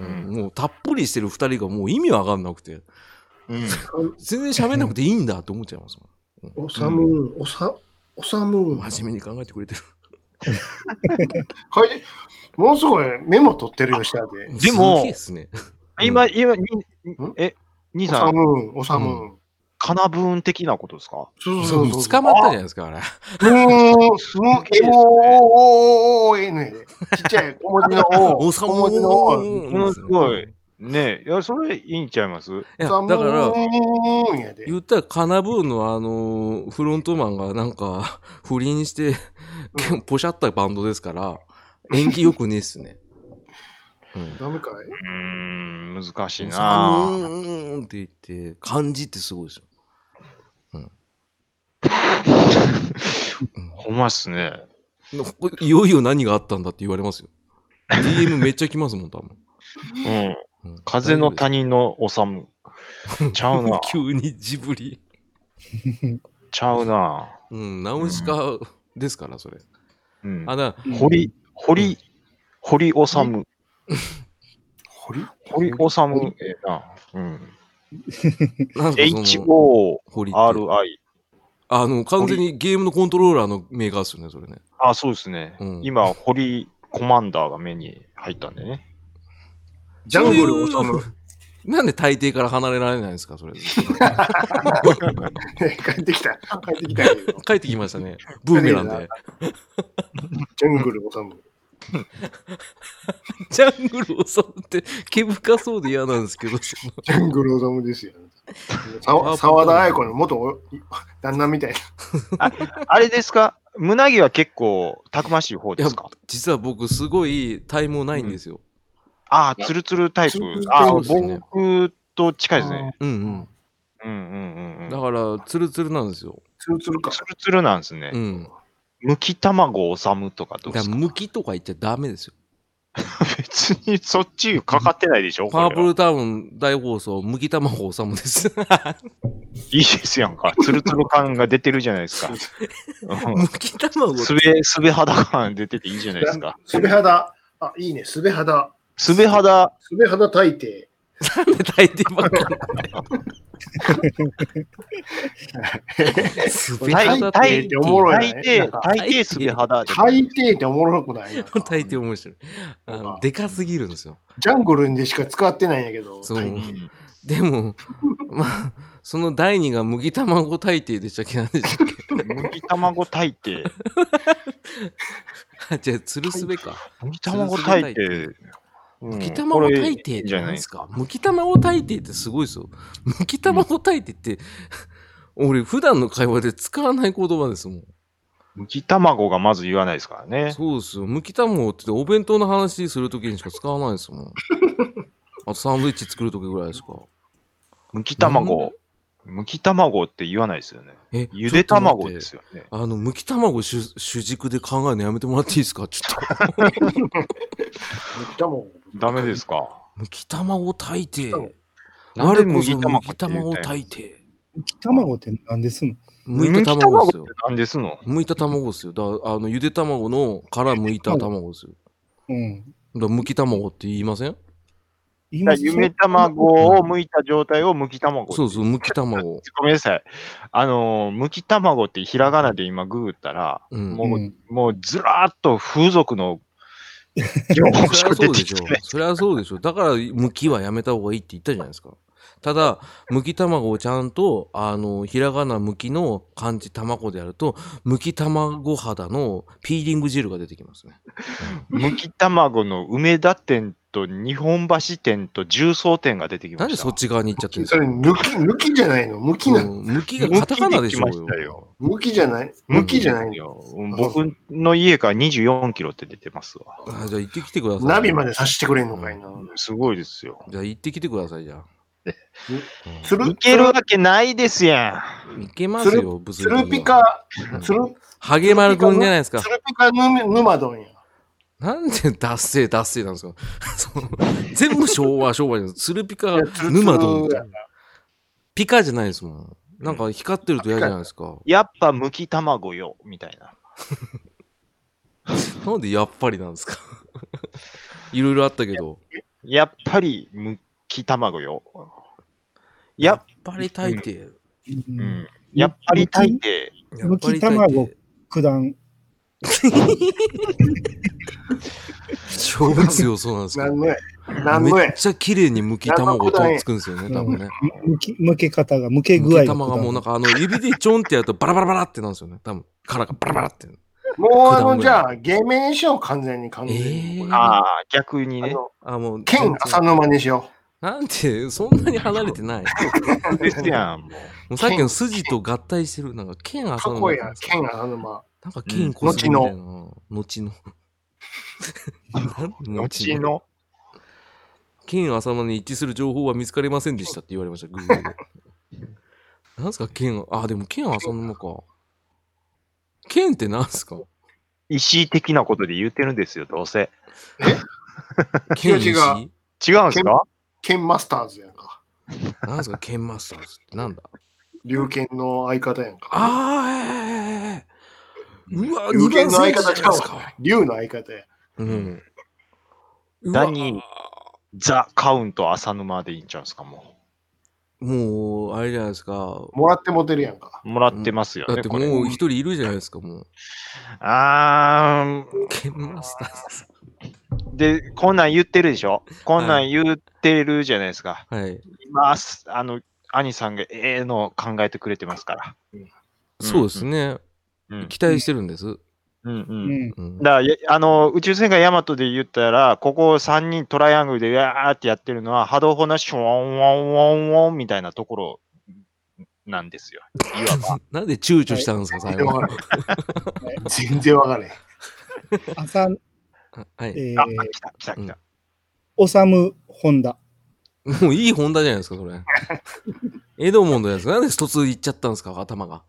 S2: う
S1: うん
S2: ん、もうたっぷりしてる二人がもう意味わかんなくて、
S1: うん
S2: 全然喋んなくていいんだって思っちゃいますも
S3: おさむ、おさ、おさむ。
S2: ん。真面目に考えてくれてる。
S3: はい。ものすごいメモ取ってるよ、下で。
S1: でも
S2: すげえっすね。
S1: 今、今、に
S3: ん
S1: え、兄
S3: お
S1: さ
S3: さ
S1: ん、
S3: む、おさむ。
S2: う
S1: カナブーン的なことですか
S3: そう
S2: そう、捕まったじゃないですか、あれ。
S3: うーん、すごい。え、おー、おー、おー、おー、えね。ちっちゃい、小文字のお
S2: お
S3: ー、
S2: さ
S3: 小
S2: む
S3: 文字のおー。
S1: ものすごい。ねえ、いや、それいいんちゃいます
S2: いや、だから、
S3: うんやで。
S2: 言ったら、カナブーンのあのーフロントマンがなんか、 不倫して、
S3: うん
S2: ポシャったバンドですから、演技よくねえっすね。うん。
S3: ダメかいう
S1: ーん、難しい
S2: さう
S1: な
S2: ーんって言って、漢字ってすごいですよ。うん。
S1: ほんまっすね。
S2: うんここいよいよ何があったんだって言われますよ。DM めっちゃ来ますもん、多分。
S1: うん。
S2: うん。
S1: 風の谷のおさむ。ちゃうな
S2: 急にジブリ。
S1: ちゃうな。
S2: うん、ナウシカですから、それ。
S1: うん。
S2: あ、だ、
S1: 堀、堀、堀おさむ。
S5: 堀
S1: 堀おさむ。ええな。うん。
S2: なんかその、
S1: HORI。
S2: ホリってあの、完全にゲームのコントローラーのメーカーですよね、それね。
S1: あ、そうですね。
S2: うん
S1: 今、堀コマンダーが目に入ったんでね。
S5: ジャングルを収む。
S2: なんで大抵から離れられないんですか、それ。
S5: 帰ってきた。帰ってきたけど。
S2: 帰ってきましたね。 ブーメランで。
S5: ジャングルを収む。
S2: ジャングルを襲って、毛深そうで嫌なんですけど、 その
S5: ジャングルを収むですよ。沢沢田愛子の元お旦那みたいな。
S1: あれですか胸毛は結構たくましい方ですか
S2: 実は僕、すごい体毛ないんですよ。
S1: ああ、ツルツルタイプ
S5: ツルツル。
S1: ああ、
S2: そうですね
S1: 僕と近いですね。
S2: うん、
S1: うんうん
S2: うん。
S1: うんう
S2: だ
S1: ん。
S2: から、ツルツルなんですよ。
S5: ツルツルか。
S1: ツルツルなんですね
S2: う。ん。
S1: むき卵おさむとかど
S2: だ
S1: う
S2: か
S1: で
S2: ら、
S1: すか
S2: 向きとか言っちゃダメですよ。
S1: 別にそっちかかってないでしょ
S2: パ
S1: こ
S2: ー
S1: れ
S2: プ
S1: は
S2: ルタウン大放送、むき卵おさむです。
S1: いいですやんか。ツルツル感が出てるじゃないですか。うん
S2: むき卵
S1: すべ、すべ肌感出てていいじゃないですか。
S5: すべ肌。あ、いいね。すべ肌。
S1: すべ肌、
S5: すべ肌大抵。
S2: なんで大抵ばっかりなんだよ。すべ
S1: 大
S2: 肌
S1: 抵
S2: 大
S5: っておもろい
S1: 大
S5: ねなん
S1: 抵、
S5: か
S1: 大抵すべ肌で。
S5: 大抵っておもろくないなんか
S2: 大抵面白い。あの、でかすぎるんですよ。
S5: ジャングルにでしか使ってないんやけど。
S2: そう
S5: 大
S1: う
S5: 抵
S1: ん
S2: でも、まあ、その第二が麦卵大抵でしたっけなんでしたっけ
S1: 麦卵大抵。
S2: あ、じゃあ、つるすべか。
S1: 麦卵大抵。うん
S2: 麦卵大
S1: これいい
S2: 抵っ
S1: んじ
S2: て
S1: ゃない
S2: 何で
S1: ですすか。
S2: か麦卵大抵ってすごいですよ。麦卵大抵って、俺、普段の会話で使わない言葉ですもん。
S1: 麦卵がまず言わないですからね。
S2: そうですよ。むき卵ってお弁当の話するときにしか使わないですもん。あとサンドイッチ作るときぐらいですか。
S1: 麦
S2: なん
S1: 卵。麦卵って言わないですよね。
S2: え
S1: ゆで卵で。
S2: ち
S1: すよね
S2: ょっ。と待ってあの、むき卵主主軸で考えるのやめてもらっていいですかち ょっと。
S5: 多分
S1: ダメですか。
S2: むき卵炊いて。
S1: な
S2: 我
S1: んで
S2: こそ
S1: 麦
S2: む
S1: 卵
S2: き
S1: って言いたい
S2: 卵
S1: の
S2: を炊いて。
S4: 卵って何ですの
S2: むいた卵ですよ
S1: 麦。って何ですの
S2: むいた卵ですよ。だあの、ゆで卵のからむいた卵ですよ。
S4: うん。
S2: だからむき卵って言いません
S4: 言い
S1: だから
S4: ます
S1: 夢卵を剥いた状態を剥き卵って
S2: そうそう、むき卵。
S1: ごめんなさい。あのー、剥き卵ってひらがなで今ググったら、
S2: うん。
S1: もう、
S4: うん
S1: もうずらーっと風俗の情報し
S2: そり
S1: か
S2: ゃそ
S1: 出
S2: うで
S1: てき
S2: しょ
S1: てない。。
S2: そりゃそうでしょ。だから、剥きはやめた方がいいって言ったじゃないですか。ただ、剥き卵をちゃんと、あの、ひらがな剥きの漢字卵でやると、剥き卵肌のピーリング汁が出てきますね。
S1: 剥き卵の梅田店と日本橋店と重曹店が出てきました。
S2: なんでそっち側に行っちゃってるんです
S5: そ
S2: か
S5: れ、抜き、抜きじゃないの向きなの。
S2: うん剥きがカタカナでしょ
S1: 剥きできました
S2: うよ
S1: よ。
S5: 向きじゃない向きじゃないの。
S1: よ。僕の家から24キロって出てますわ。
S2: あじゃあ行ってきてください。
S5: ナビまでさしてくれんのかいな。
S1: すごいですよ。
S2: じゃあ行ってきてください、じゃあ。うん
S5: つ
S1: い
S5: る、
S1: けるわけないですや
S2: 行けますよ、物
S5: つ
S2: 理的には
S5: るぴ。か、つる、
S2: ハゲマルくんじゃないですか
S5: つ。るぴかぬ沼どんや。
S2: なんで脱世脱世なんですか その全部昭和昭和じゃん。つるピカ
S5: つる、
S2: 沼丼
S5: つるや。
S2: ピカじゃないですもん。なんか光ってると嫌じゃないですか。
S1: ん。やっぱむき卵よ、みたいな。
S2: なんでやっぱりなんですか いろいろあったけど。
S1: やっぱりむき卵よ。やっ、
S2: ぱり大抵。
S1: う
S4: うん
S1: ん、やっぱり大抵。
S2: やっぱり大
S4: むき卵
S2: 抵。
S4: 九段。
S2: 勝負強そうなんですけ
S5: 何
S2: ど。
S5: のや。何の
S2: めっ
S5: や。
S2: ちゃ綺麗に剥き卵とつくんですよね、多分ね。
S4: むき、むけ方が、むけ
S2: 剥
S4: 具合
S2: き卵がもうなんかあの指でちょんってやるとバラバラバラってなんですよね。多分殻がバラバラって。
S5: もうあの、じゃあ、芸名にしよう、完全に、完全に。
S2: えー
S1: ああ、逆に
S5: あ
S1: ね。
S5: の、
S2: あ、もう。
S5: 剣浅沼にしよ
S2: なんで、そんなに離れてない。
S1: ですやん、もう。
S2: もうさっきの筋と合体してる、なんか剣
S5: う。
S2: 朝
S5: か
S2: の。
S5: っこいいや、剣浅沼。
S2: なんか金こそみたいな。後 の。なん
S1: 後。の。
S2: 剣朝間に一致する情報は見つかりませんでしたって言われ ました、グーグルで。なんすか、剣、あ、でも剣朝沼か。剣ってなんすか
S1: 石井的なことで言ってるんですよ、どうせ。
S2: 剣
S5: 違う
S2: 石
S1: 違うんですか
S5: ケンマスターズやんか。
S2: なんですか、ケンマスターズってなんだ
S5: 龍剣の相方やんか。
S2: ああ、ええうわ、
S5: 龍
S2: 二
S5: 剣
S2: 番
S5: の
S2: 選
S5: 相
S2: 手
S5: 方ち
S2: じゃないで
S5: ゃう
S2: す
S5: わ
S2: か。。
S5: 龍の相方や。
S2: うん。
S1: ダ
S2: う
S1: ニー
S2: わ、
S1: ザ・カウント浅沼でいいんちゃうんすか、も
S2: もう、あれじゃないですか。
S5: もらってモテるやんか。
S1: う。もらってますよ
S2: だっ
S1: ね、
S2: て
S1: これ。
S2: もう一人いるじゃないですか、もう。
S1: あー、
S2: ケンマスター
S1: で、こんなん言ってるでしょこんなん言ってるじゃないですか。
S2: ズ。はい。
S1: 今、すあの、兄さんがええのを考えてくれてますから。
S2: そうですね。
S1: うん。
S2: 期待してるんです。
S1: うんう。
S4: うんん。
S2: うん
S1: だからやあの宇宙戦艦ヤマトで言ったら、ここ3人トライアングルでやーってやってるのは、波動砲のシュワンワンワンワンみたいなところなんですよ。いわば。
S2: なんで躊躇したんですか、最
S5: 全然
S2: 後
S5: わ。からへん。 全然わ からへん。
S4: 朝、
S2: はい。
S4: え
S1: あ、
S4: ー、
S1: 来た来た来た。
S4: おさむ、ホンダ。
S2: もういい本題じゃないですか、そ れ。エドモンドですかなんで突行っちゃったんですか、頭が。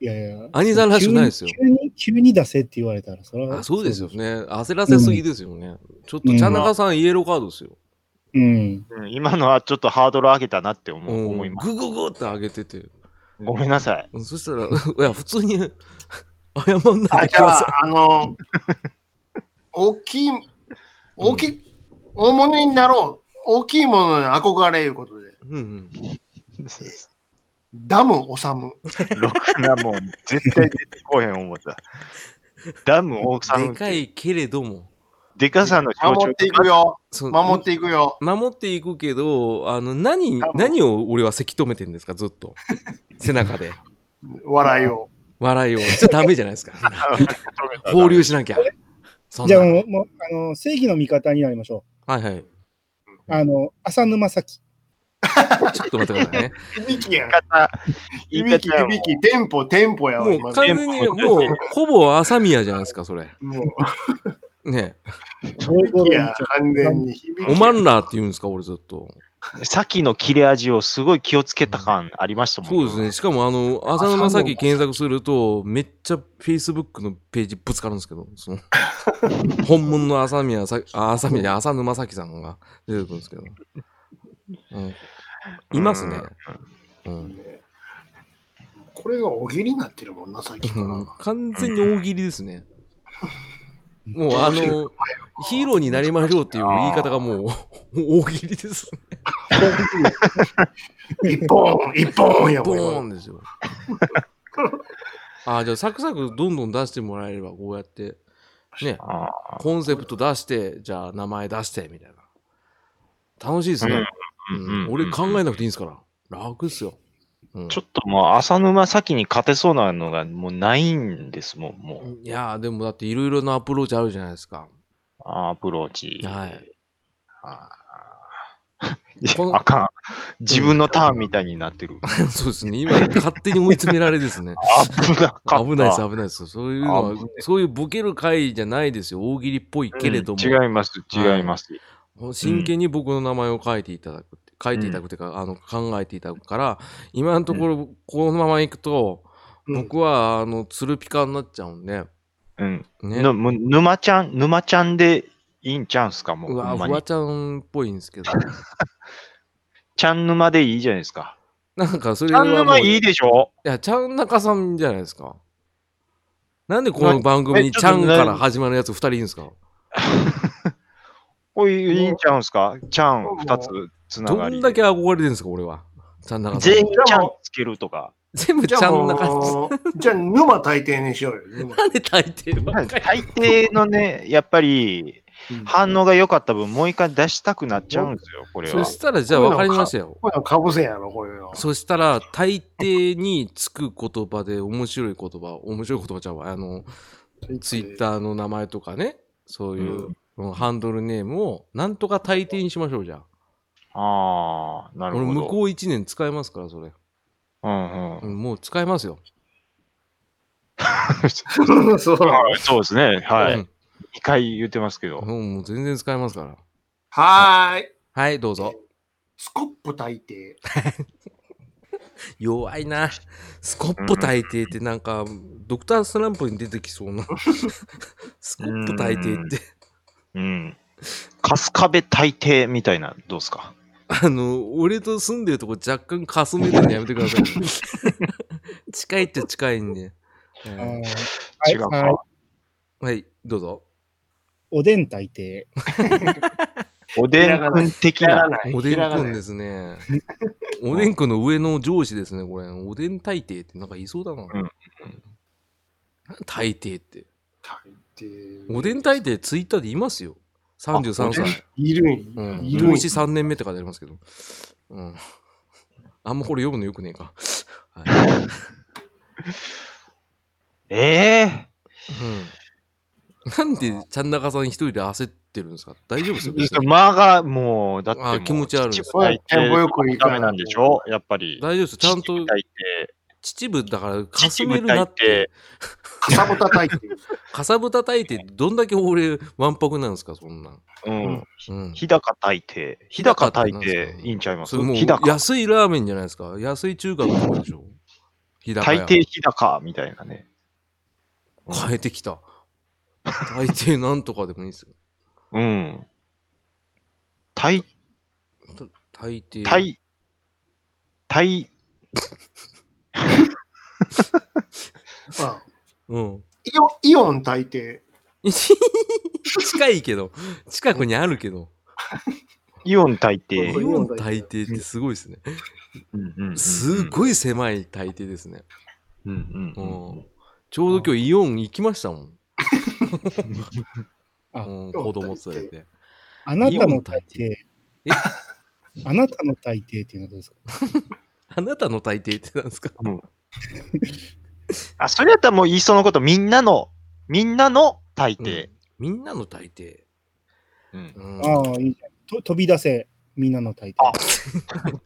S4: いやいや。
S2: 兄さんらしくないですよ
S4: 急に、急に急に出せって言われたら、それは。
S2: あそうですよ。ね。焦らせすぎですよね。ちょっと、チャンナカさん、イエローカードですよ。
S4: うん。
S1: うん今のはちょっとハードル上げたなって思う
S2: も
S1: 思
S2: う
S1: い
S2: ん
S1: ます。
S2: グググって上げてて。
S1: ごめんなさい。
S2: そしたら、 いや、普通に謝んな
S5: あ、
S2: いで
S5: じ
S2: く
S5: ゃ
S2: ださ
S5: あ、あ の、大きい、大きい、大物になろう。大きいものに憧れいうことで。
S2: い。うんうん。
S5: ダム治む。
S1: ろくなもん、絶対出てこうへん思った。ダム大さ
S2: で
S1: ん、
S2: かいけれども。
S1: でかさの象
S5: 守
S1: 徴
S5: っていくよ。
S2: その
S5: 守っていくよ。
S2: 守っていくけど、あの、何
S5: 多、分
S2: 何を俺はせき止めてんですか、ずっと。背中で。
S5: 笑いを。
S2: 笑いを。じゃダメじゃないですか。放流しなきゃ。そん
S4: じ
S2: な
S4: ゃあもう、もうあの正義の味方になりましょ
S2: はいはい。
S4: う。あの、浅沼咲。
S2: ちょっと待ってくださいね。
S5: 響きやん。
S1: 言
S5: 響き、
S1: い方
S5: 響き、テンポ、テンポやわ。
S2: もう
S5: 今
S2: 完全に、もう、ほぼ朝宮じゃないですか、それ。
S5: もう、
S2: ね
S5: 響きや、完全に響き。
S2: おまんらって言うんですか、俺ずっと。
S1: さっきの切れ味をすごい気をつけた感ありましたもん
S2: そうですね。しかも、あの、浅沼さっき検索すると、めっちゃ Facebook のページぶつかるんですけど、その、 本物の浅宮さ、あ浅宮じゃない浅沼咲さんが出てくるんですけど。うん、いますね。うん。
S5: これがおぎりになってるもんな、さっきか
S2: う
S5: ら。
S2: ん完全に大喜利ですね。もう、あの、ヒーローになりましょうっていう言い方がもう、大喜利です。
S5: 一本、一本やも
S2: ボ
S5: ん。
S2: ー
S5: 今
S2: ンですよ。 あーじゃあサクサクどんどん出してもらえればこうやってね
S1: ああ
S2: コンセプト出してじゃあ名前出してみたいな楽しいですね、
S1: うん
S2: うん
S1: うん
S2: 俺考えなくていいんですから楽っすよ、うん
S1: ちょっともう浅沼先に勝てそうなのがもうないんですもん、もう。
S2: いやーでもだっていろいろなアプローチあるじゃないですか
S1: アプローチ。
S2: はい
S1: あ
S2: こ
S1: ー
S2: の
S1: あかん。自分のターンみたいになってる。
S2: そうですね今勝手に追い詰められですね
S1: 危なかった。
S2: 危ないです危ないですそういうのは
S1: 危ない
S2: そういうボケる回じゃないですよ大喜利っぽいけれども、
S1: うん違います、
S2: はい
S1: 違います。
S2: もう真剣に僕の名前を書いていただくって、書いていただくっていうか、あの考えていただくから今のところ、このままいくと、
S5: うん
S2: 僕はあのツルピカになっちゃうんで
S1: うん。
S2: ね
S1: ぬむ沼ちゃん、沼ちゃんでいいんちゃうんすか、もう。
S2: うわ
S1: ほんま
S2: フ
S1: に
S2: ワちゃんっぽいんですけ ど
S1: ちゃん沼でいいじゃないですか。
S2: なんかそれ
S1: ち
S2: は
S1: ゃ
S2: も
S1: ん
S2: う
S1: 沼い
S2: い
S1: いでしょ
S2: やちゃん中さんじゃないですかなんでこの番組に
S1: えちょ
S2: ち
S1: っと
S2: ゃんから始まるやつ2人いるんですか
S1: これいいんちゃうんすかちゃん2つつな
S2: ど
S1: がり。
S2: んだけ憧れてるんですか俺はちゃん中さん
S1: 全員ちゃんつけるとか。
S2: 全部
S5: じ
S2: ち
S5: ゃ
S2: ゃ
S5: あ
S2: ん中さん
S5: もう、じゃあ沼大抵にしようよ。沼
S2: なんで大抵ばっかり
S1: 大抵のね、やっぱり反応が良かった分、もう一回出したくなっちゃうんですよ、これ
S2: そ
S1: は。
S2: したらじゃあ分かりましたよ
S5: こういうのかぶせんやろ、こういうの。
S2: そしたら、大抵につく言葉で面白い言葉、面白い言葉ちゃうわ。あの、ツイッターの名前とかね、そういう、うんハンドルネームを、なんとか大抵にしましょうじゃん。
S1: ああ、なる
S2: 俺、
S1: ほど。
S2: 向こう1年使えますから、それ。
S1: うんうん
S2: うんもう使えますよ。
S5: そう。
S1: そうですね、は
S2: う
S1: い。
S2: ん
S1: 2回言ってますけど。
S2: うんもう全然使えますから。
S5: はーい。
S2: はい、どうぞ。
S5: スコップ大抵。
S2: 弱いな。スコップ大抵ってなんか、ドクタースランプに出てきそうな。スコップ大抵って。
S1: うん。春日部大帝みたいな、どうですか
S2: あの、俺と住んでるとこ若干霞んでるのやめてください。近いっちゃ近いんで。
S4: あ
S2: は
S4: ー
S1: 違う
S4: はい
S1: か。
S2: い、はい、どうぞ。
S4: おでん大抵。
S1: おでんくん的
S5: やら
S1: な。
S5: ない。
S2: おでんくん
S5: で
S2: ですね。おでんくんの上の上司ですね、これ。おでん大帝ってなんかいそうだな。
S1: ん
S2: 大帝って。お
S5: お
S2: でん大帝ツイッターでいますよ。33歳。
S5: いるんや
S2: うん。
S5: いるん
S2: 今
S5: や
S2: 年3年目って書いてありますけど。うん。あんまこれ読むのよくねえか。はい。
S1: ええ
S2: うん。なんで、ちゃん中さん一人で焦ってるんですか大丈夫ですよ。別に
S1: 間がもう、だっても
S2: あ
S1: う、
S2: 気持ち悪いです
S1: 秩父大帝
S5: テンポよく行かな
S1: ダメ
S5: い
S1: なんでしょやっぱり。
S2: 大丈夫です。ちゃんと
S1: 秩父大帝
S2: 秩父だからかす
S1: 秩
S2: め
S1: 父
S2: るな
S1: 大
S2: って
S1: 帝。。
S5: かさぶたたい てる。
S2: かさぶたたいてどんだけ俺わんぱくなんですかそ んなん。
S1: うん。
S2: うん。
S1: 日高大帝。日高大
S2: 日高ってな
S1: 帝
S2: んですか
S1: いいんちゃいます
S2: それもう
S1: 日高。
S2: 安いラーメンじゃないですか。安い中華のとこでしょ。日高屋
S1: 大帝日高みたいなね。
S2: 変えてきた。大抵なんとかでもいいですよ。
S1: うん。大、
S2: 大抵。
S1: 大、大、
S5: あ
S2: うん。
S5: イオンイオン大抵。
S2: 近いけど、近くにあるけど。
S1: イオン大
S5: う
S1: 帝。
S2: 日
S5: ん
S2: 本大抵ってすごいですね。
S1: うんうんうん
S2: すごい狭い大抵ですね。
S1: うんう
S2: うんん。ちょうど今日イオン行きましたもん。
S4: あ
S2: うん、子供連れて。
S4: あなたの
S2: 大
S4: 大
S2: 抵
S4: 抵。
S2: え
S4: あなたの大抵っていうのはどうですか
S2: あなたの大抵ってなんですか
S1: あ、それやったらもういっそのこと、みんなの、みんなの大抵。
S2: みんなの大抵。
S1: うん
S2: うん
S4: ああ、いいじゃん。と飛び出せ、みんなの大抵。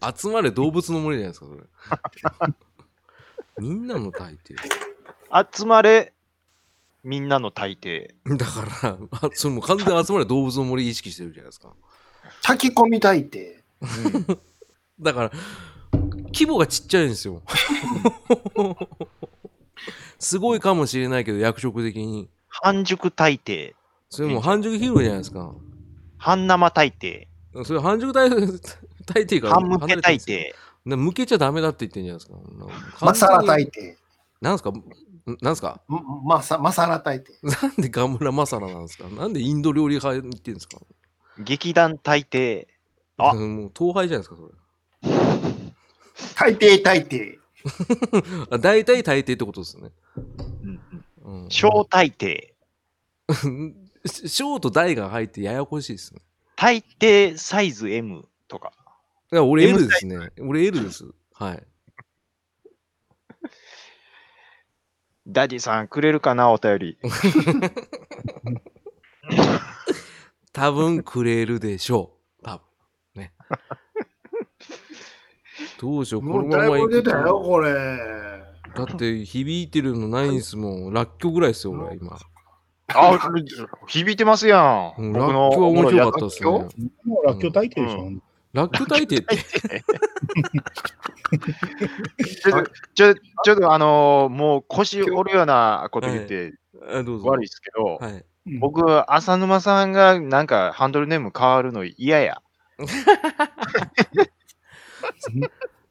S1: あ
S2: 集まれ動物の森じゃないですか、それ。 みんなの大抵。
S1: 集まれ、みんなの大抵。
S2: だから、あそれもう完全に集まれ動物の森意識してるじゃないですか。
S5: 炊き込み大抵。
S2: だから、規模がちっちゃいんで すよ。すごいかもしれないけど、役職的に。
S1: 半熟大抵。
S2: それもう半熟ヒーローじゃないですか。
S1: 半生大抵。
S2: それ半熟大大抵から
S1: 半む
S2: 離
S1: け
S2: れてるん
S1: 大
S2: ですよ。
S1: 抵。
S2: な向けちゃダメだって言ってんじゃないですか。もう完 全に
S5: マサラ大抵。
S2: なんすかんなんすか
S5: んマサマサラ大抵。
S2: なんでガムラマサラなんですかなんでインド料理派に行ってんですか
S1: 劇団大抵。あ
S2: うんもう東廃じゃないですか、それ。
S5: 大抵大抵。
S2: あ大体大抵ってことですよね。うん、
S1: 小大抵。
S2: 小と大が入ってややこしいですね。
S1: 大抵サイズ M とか。
S2: いや俺
S1: M
S2: L ですね。俺 L です。はい。
S1: ダディさん、くれるかな、お便り。
S2: 多分くれるでしょう。多分 ね。どうしよう、こ
S5: も
S2: の
S5: うだ
S2: ま
S5: い
S2: ま行
S5: ぶ出
S2: く
S5: たよ、
S2: と。
S5: これ。
S2: だって響いてるのないんすもん。らっきょうぐらいですよ、俺今。
S1: あ、響いてますやん。
S2: うん
S1: 僕
S2: らっき
S1: の
S2: ょうは面白かったです
S5: 僕の
S2: ね
S5: や。
S4: もうらっきょう大抵でしょ。
S1: う
S2: らっきょう大抵って。
S1: ちょっと、ちょちょっとあのーもう腰折るようなこと言って
S2: あどうぞ。
S1: 悪いですけど、
S2: はい。
S4: うん
S1: 僕、浅沼さんがなんかハンドルネーム変わるの嫌や。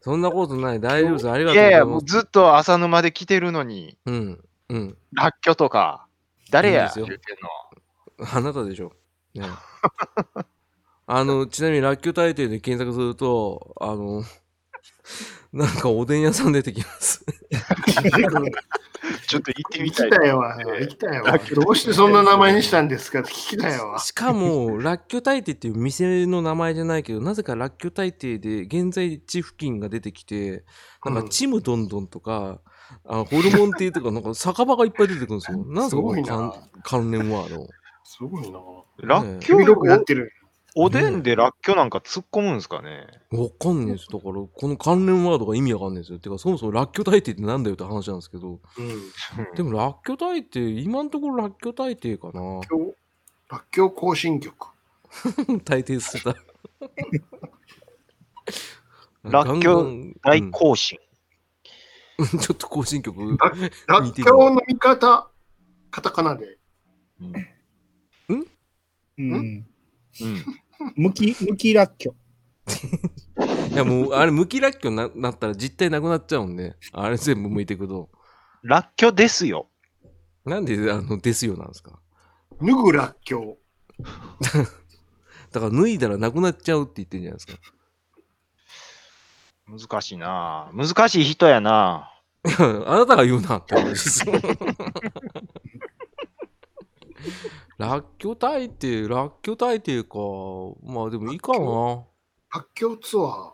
S2: そんなことない。大丈夫です。ありが
S1: い
S2: とう
S1: や
S2: ご
S1: い
S2: ざい
S1: や、
S2: ま
S1: もう
S2: す。
S1: ずっと浅沼で来てるのに、
S2: うん。うん。
S1: らっきょうとか、誰
S2: いいで
S1: や
S2: す
S1: 言
S2: よ
S1: うてんの。
S2: あなたでしょ。ね、 あの、ちなみに、ラッキョ大帝で検索すると、あの、 なんかおでん屋さん出てきます。
S1: ちょっと行ってみ
S5: 行
S1: た
S5: き
S1: い。
S5: たいわ。行きたいわ。どうしてそんな名前にしたんですかって聞きたいわ。
S2: しかも、ラッキョ大帝っていう店の名前じゃないけど、なぜかラッキョ大帝で現在地付近が出てきて、なんかチムどんどんとか、あのホルモン亭とか、なんか酒場がいっぱい出てくる んですよ。なんで
S5: す
S2: すかこ
S5: ごい
S2: の
S5: な
S2: 関。関連ワード。
S5: すごいな。
S1: らっきょう、
S5: 広くやってる。
S1: おでんでらっきょうなんか突っ込むんですかね。
S2: わかんないです。だから、この関連ワードが意味わかんないですよ。てか、そもそもラッキョ大帝ってなんだよって話なんですけど、
S5: うん。
S2: でも、らっきょ大帝、今のところらっきょ大帝かな。
S5: 今日、らっきょう行進曲。
S2: 大帝捨て
S1: ら
S2: た。
S1: っきょう
S2: ガンガン
S1: 大行進。
S2: うん ちょっと更 新曲。ん
S5: らっきょうの味方、カタカナで。
S4: うん。
S1: うん。
S4: むき、むきらっきょ。
S2: いやもう、あれ、むきらっきょにななったら実体なくなっちゃうんで、あれ全部剥いていくと。
S1: らっきょですよ。
S2: なんで、あの、ですよなんですか
S3: 脱ぐらっきょう。
S2: だから脱いだらなくなっちゃうって言ってるじゃないですか。
S1: 難しいなあ難しい人やなあ
S2: あなたが言うなって話です。らっきょ大帝、らっきょ大帝か。まあでもいいかな。
S3: らっきょうツア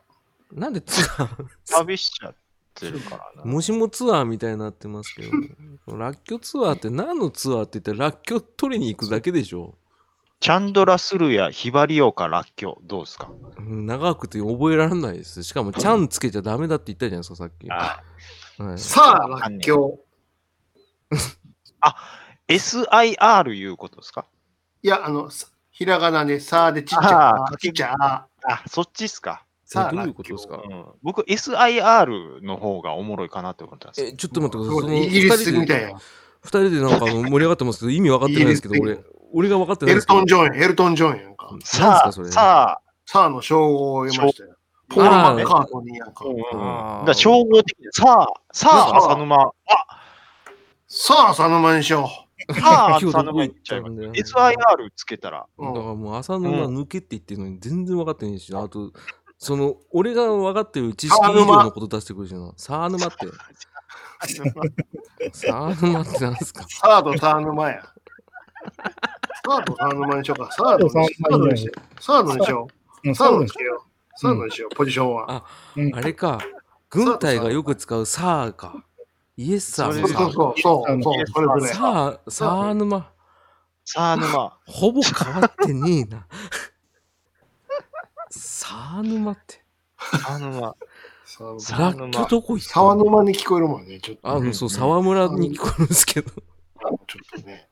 S2: なんでツアー、
S1: 旅しちゃってるからな。
S2: もしもツアーみたいになってますけど、らっきょツアーって何のツアーって言ったららっきょ取りに行くだけでしょ。
S1: チャンドラスルやヒバリオカらっきょ、どうですか
S2: うん長くて覚えられないです。しかも、ちゃんつけちゃダメだって言ったじゃないですか、さっき。
S1: あ
S2: は
S3: ー。
S2: い
S3: さあ、らっきょう。
S1: SIR いうことですか
S3: いや、あの、さひらがなで、さあでちっちゃ
S1: あー
S3: あ、ちっちゃあ。
S1: あ、そっちっすか。
S3: さあ、
S2: どういうことですか
S1: うん、僕、SIR の方がおもろいかなって思ったんですよ
S2: え、ちょっと待ってく
S3: ら
S2: ださ
S3: っきょうす
S2: い。
S3: ごいイギリスみたい
S2: で
S3: や。
S2: 二人でなんかあの盛り上がってますけど、意味分かってないですけど、
S3: イギリス
S2: 俺、俺が分かってないで
S3: エル
S2: すけど
S3: トン・。ジョンや、エルトン・ジョンやんか。
S1: さ
S2: な
S1: あ、
S2: んすかそれ
S1: さあ、
S3: さあの称号を読ましたよ。ポール・マッカートニーやんか。
S1: うん
S2: あー
S1: だから称号的に、さあ、さあ、
S3: さあ
S1: 浅沼、あ、
S3: さあ、浅沼にしよ
S1: さあ、浅沼行っちゃいます。SIR つけたら、
S3: う。
S2: だか
S3: うん
S2: らもう浅沼抜けって言ってるのに全然分かってないし、あと、その、俺が分かってる知識以上のこと出してくるじゃん。さあ 沼って。さあ沼ってなんですか
S3: サード、サー沼や。サード、サー沼にしようか。サードにしよ
S4: サード
S3: う。サードにしよ
S4: うん
S3: う。サー
S4: そ
S3: ド
S4: う
S3: に
S4: で
S3: し
S4: す。
S3: よう。サードにしよう。ポジションは。
S4: うん
S2: あれか。軍隊がよく使うさあか。イエスさあ
S3: そう
S1: れ
S2: の
S3: そう
S2: さ
S3: そう。そうそう。それ
S2: あ
S3: ぞれ。
S2: さあ、さあ沼。
S1: さあ沼、
S2: ほぼ変わってねえな。さあ沼って。
S1: さあ沼、
S3: サード
S1: さ
S2: ラッキョどこ行った
S3: 沢沼に聞こえるもんね。ちょっと
S2: あ、うんそう、沢村に聞こえるんですけど。
S3: ちょっとね。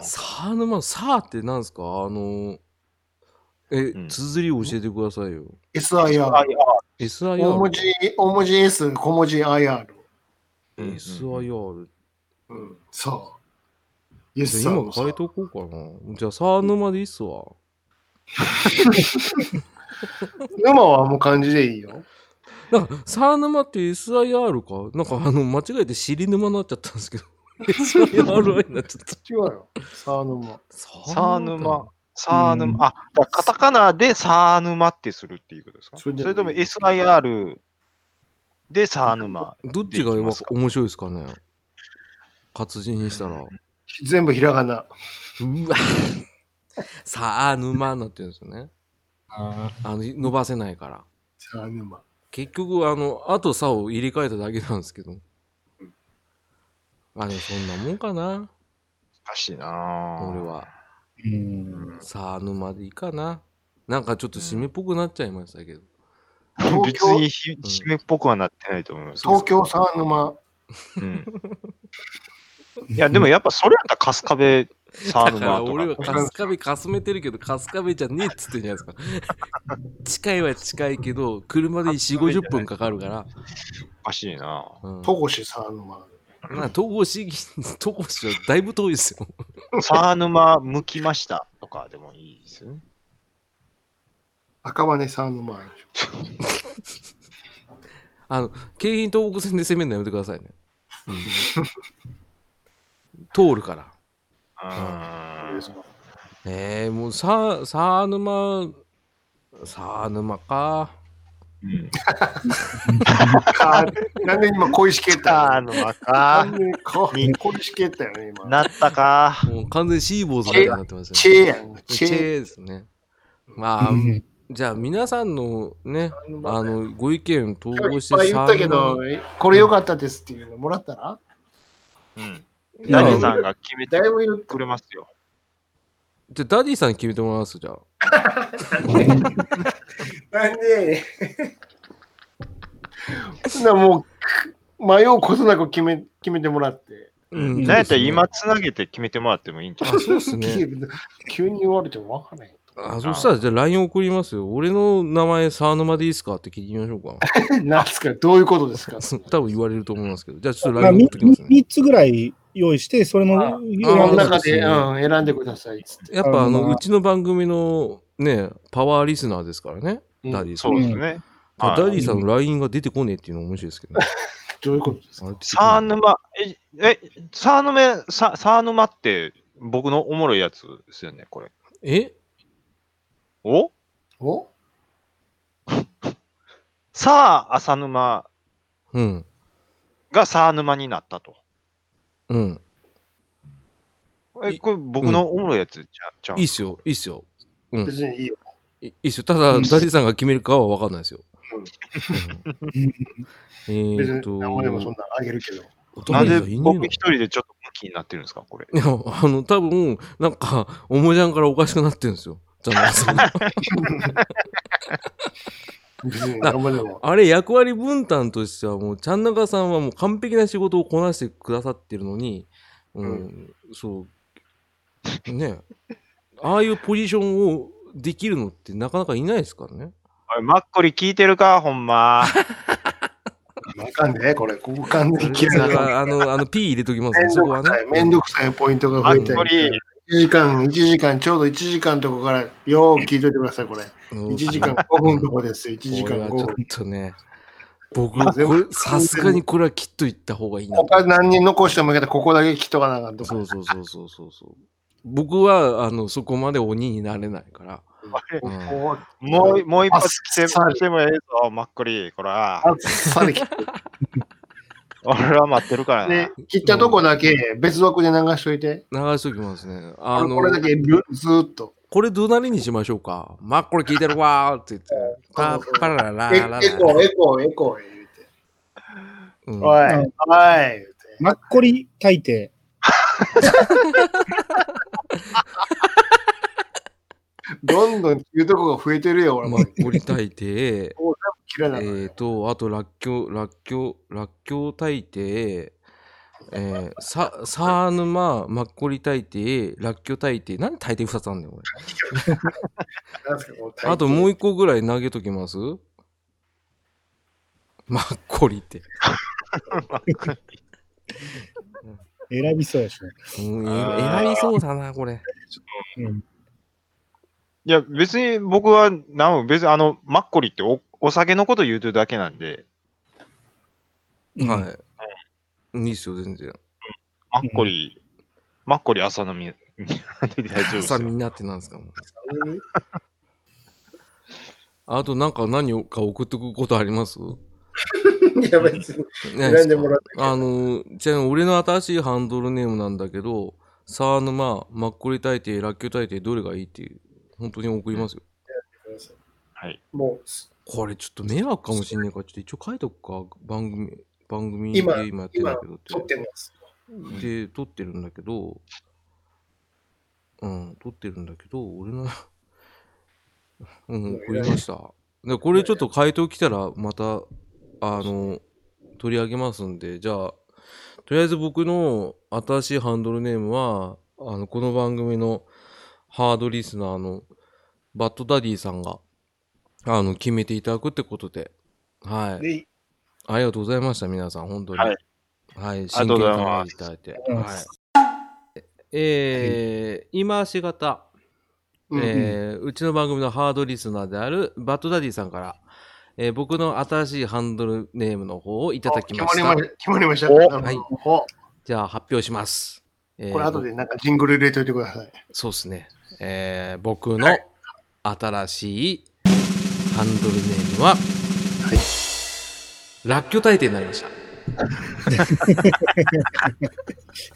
S2: さあ沼、さあってなんですかあの、え
S1: う、ん
S2: 綴り教えてくださいよ。
S3: SIR。
S2: SIR。
S3: 大文字、大文字 S、小文字 IR。
S1: うんうん
S2: SIR。
S3: うん。そう。イエス
S2: じ
S3: サ
S2: ゃあ
S3: ー
S2: 今
S3: ド。
S2: 変えとこうかな。じゃあ、さあ沼でいいっすわ。
S3: 沼はもう漢字でいいよ。
S2: なんか、さあ沼って SIR かなんか、あの、間違えて尻沼になっちゃったんです けど。SIR になっちゃった。
S3: 違うよ。サー沼。
S1: さあ沼。さあ
S4: うん
S1: 沼、あ、だからカタカナでさあ沼ってするっていうことですか
S3: そ
S1: そ
S3: れで
S1: れとも SIR でさあ沼。
S2: どっち
S1: で
S2: が
S1: き
S2: 面
S1: ますか
S2: 白いですかね活字にしたら。う
S3: 全部ひらがな。
S2: わさあ沼になってるんですよね。あの、伸ばせないから。
S3: サー沼。
S2: 結局、あの、あとさを入れ替えただけなんですけど。あ、でもそんなもんかな。
S1: おかしいなぁ
S2: 俺。は。
S4: うん
S2: さあ沼でいいかな。なんかちょっと締めっぽくなっちゃいましたけど。
S1: 別にひ締めっぽくはなってないと思います。
S3: 東京サー沼。
S1: うんいや、でもやっぱそれやったら春日部サー
S2: だ
S1: ヌ
S2: から
S1: マ
S2: 俺は
S1: ーとか。
S2: 春日部かすめてるけど、春日部じゃねえっつってんじゃないですか。近いは近いけど、車で4、50分かかるから。
S1: おかしいな。
S2: うん
S3: 戸越サー沼。
S2: まあ、東郷市議、東郷市はだいぶ遠いですよ。
S1: サーヌマ向きましたとかでもいいですよね。
S3: 赤羽サー沼。
S2: あの、京浜東北線で攻めるのやめてくださいね。通るから。
S1: うーん
S2: ええもうさ、さあ沼、さあ沼か。
S1: うん
S3: あなんで今小石蹴った
S1: サーヌマ
S3: な
S1: か
S3: ん。でこ小石蹴ったよね、今。
S1: なったか。
S2: もう完全にシーボーズみたいになってました
S3: チ
S2: ね。
S3: ェやん。チ
S2: チェ
S3: ェ
S2: ーですね。まあ、じゃあ皆さんのね、あの、ご意見統
S3: 今日い
S2: 合
S3: っ
S2: して
S3: ぱい言ったけど、これ良かったですっていうのもらったら
S1: うん
S2: いや
S1: ダニーさんが決めて
S3: だいぶいる
S1: くれますよ。
S2: じゃあダディさんに決めてもらいますじゃあ。
S3: なんでなもう迷うことなく決め決めてもらって。
S2: うん
S1: なんやったら今。つなげて決めてもらってもいいんじゃない
S2: あ、そうですね。
S3: 急に言われても分からへん。
S2: あ、そしたら、じゃあ LINE 送りますよ。俺の名前、沢沼でいいですかって聞いてみましょうか。
S3: なんですかどういうことですか
S2: そう多分言われると思いますけど。じゃあちょっと
S4: まあ、
S2: LINE 送
S4: み
S2: ってきますね。
S4: み三つぐらい用意して、それの、
S3: あ
S4: 用意
S2: あ
S3: こ
S4: を
S2: な
S3: の
S2: ん
S3: 中
S2: か
S3: で、うん、選んでくださいっつって。
S2: やっぱあ
S4: あの
S2: の、
S4: まあ
S2: うちの番組のね、パワーリスナーですからね、
S3: うん
S2: ダディさん。
S1: そうですね。
S2: あ
S1: はい
S2: ダディさんの LINE が出てこねえっていうのも面白いですけどね。
S3: どういうことですか
S2: あれ
S1: サーヌマ、え、え、サーヌメ、ササーヌマって僕のおもろいやつですよね、これ。
S2: え
S1: お
S3: お
S1: さあ、浅沼
S2: うん。
S1: がサーヌマになったと。
S2: うん。
S1: え、これ僕のおもろいやつじゃちゃう
S2: いいっすよ、いいっすよ。うん。い
S3: 別にいいよ。
S2: いいっすよ。た
S1: う
S2: だ、ダ
S1: ん
S2: ディさんが決めるかは分かんないですよ。うんえー
S3: 別
S2: っ
S3: に
S2: と、
S3: 何もでもそんなあげるけど。
S1: なんで
S2: ダディさいねえ
S1: 僕一人でちょっとムキになってるんですか、これ。
S2: いや、あの、多分、なんか、おもじゃんからおかしくなってるんですよ。ジャムさん
S3: 別に何もで も。
S2: あれ、役割分担としては、もう、ちゃんなかさんはもう完璧な仕事をこなしてくださってるのに、うん、
S3: う
S2: そう、ね、ああいうポジションをできるのってなかなかいないですからね。
S1: おいマッコリ聞いてるか、ほん ま。
S3: あかんで、これ。ここ完全に切れ
S2: そ
S3: な
S2: れ
S3: かっ
S2: はあの、あの、P 入れときます
S3: た。
S2: ね、
S3: め ん
S2: そ
S3: ど
S2: こは
S3: くさい、め
S2: ね
S3: ん。どくさいポイントが
S1: マ
S3: 増えて
S1: ッコ
S3: る。
S1: リ、
S3: 1時間、1時間、ちょうど1時間とかから、よう聞いといてください、これ。
S2: うん
S3: 1時間5分とかですよ、1時
S2: これ
S3: 間
S2: は
S3: 5
S2: ちょっ
S3: 分。
S2: とね、僕、
S3: まあ全
S2: こ
S3: 部
S2: れ、さすがにこれは切っといった方がいいなと。
S3: 他何人残してもいいけど、ここだけ聞いとかなあかんとか
S2: そ。うそうそうそうそうそう。僕は、あの、そこまで鬼になれないから。
S3: こ
S2: うん
S3: こは
S1: もうもう一
S3: あっ
S1: 発して
S3: さり
S1: してもええぞ、マッコリ、こら。
S3: あっさり切って
S1: 俺は待ってるから
S3: で
S1: な。、
S3: 切ったとこだけ別枠で流しといて。
S2: 流しときますね。あの、
S3: これこれだけずーっと。
S2: これどなりにしましょうか。まあ、これ聞いてるわーって言って。パッパラララ
S3: えエ
S2: ララ。
S3: コー、エコー、エコー言うて。
S2: うん
S3: おい、お
S4: う
S3: い
S4: ん、
S3: 言うて。
S4: マッコリ大抵。
S3: どんどん言うとこが増えてるよ、俺も
S2: まあ。、こり大抵、
S3: 切
S2: え
S3: れ
S2: っ、
S3: ない。
S2: と、あと、らっきょう、らっきょう、らっきょう大抵、えー、さ、さーぬま、まっこり大抵、らっきょう大抵、なんで大抵2つあんだよ、こ
S3: なんすかこのタイ
S2: れ。
S3: トル
S2: あともう一個ぐらい投げときますまっこりって。
S4: 選びそうやしね。
S2: うん、
S1: あ
S2: え
S1: ー
S2: 選びそうだな、これ。
S1: いや、別に僕は、なんも別にあの、マッコリっておお酒のこと言うてるだけなんで、
S4: うん
S2: はい。いいっすよ、全然。
S1: マッコリ、マッコリ朝飲み、大丈夫です
S2: 朝
S1: よ
S2: みんなってなんですかもうあとなんか何か送ってくことあります
S3: いや、別に。
S2: ない
S3: 選んでもらっ
S2: すかあの、じゃあ俺の新しいハンドルネームなんだけど、サーヌマ、マッコリ大帝、ラッキョ大帝、どれがいいっていう、本当に送りますよ。
S1: はい。
S3: も
S2: これちょっと迷惑かもしんねえから、ちょっと一応書いとくか、番組、番組で
S3: 今
S2: 今やってんだけどっ
S3: う、撮ってます。
S2: で、撮ってるんだけど、うん、撮ってるんだけど、俺の、うん、送りました。で、これちょっと回答来たら、また、あの、取り上げますんで、じゃあ、とりあえず僕の新しいハンドルネームは、あの、この番組のハードリスナーのバッドダディさんが、あの、決めていただくってことで、はい。
S3: で、
S2: ありがとうございました、皆さん、本当に。
S1: はい
S2: はい、
S1: あ
S2: 真
S1: りがと
S2: 剣
S1: う
S2: に
S1: ござ
S2: 考
S1: いま
S2: えていただいて。
S4: ありがとうござい
S2: はい、えー、今し型、
S3: うん
S2: えーうちの番組のハードリスナーであるバッドダディさんから、えー僕の新しいハンドルネームの方をいただき
S3: 決
S2: ま
S3: ま
S2: し
S3: りま
S2: た。
S3: した。決まりました。
S1: お
S3: あの
S2: はい
S3: お
S2: じゃあ発表します。えー
S3: これ後でなんかジングル入れといてください。
S2: そうですね。えー僕の新しいハンドルネームは、ラッキョ大帝になりました。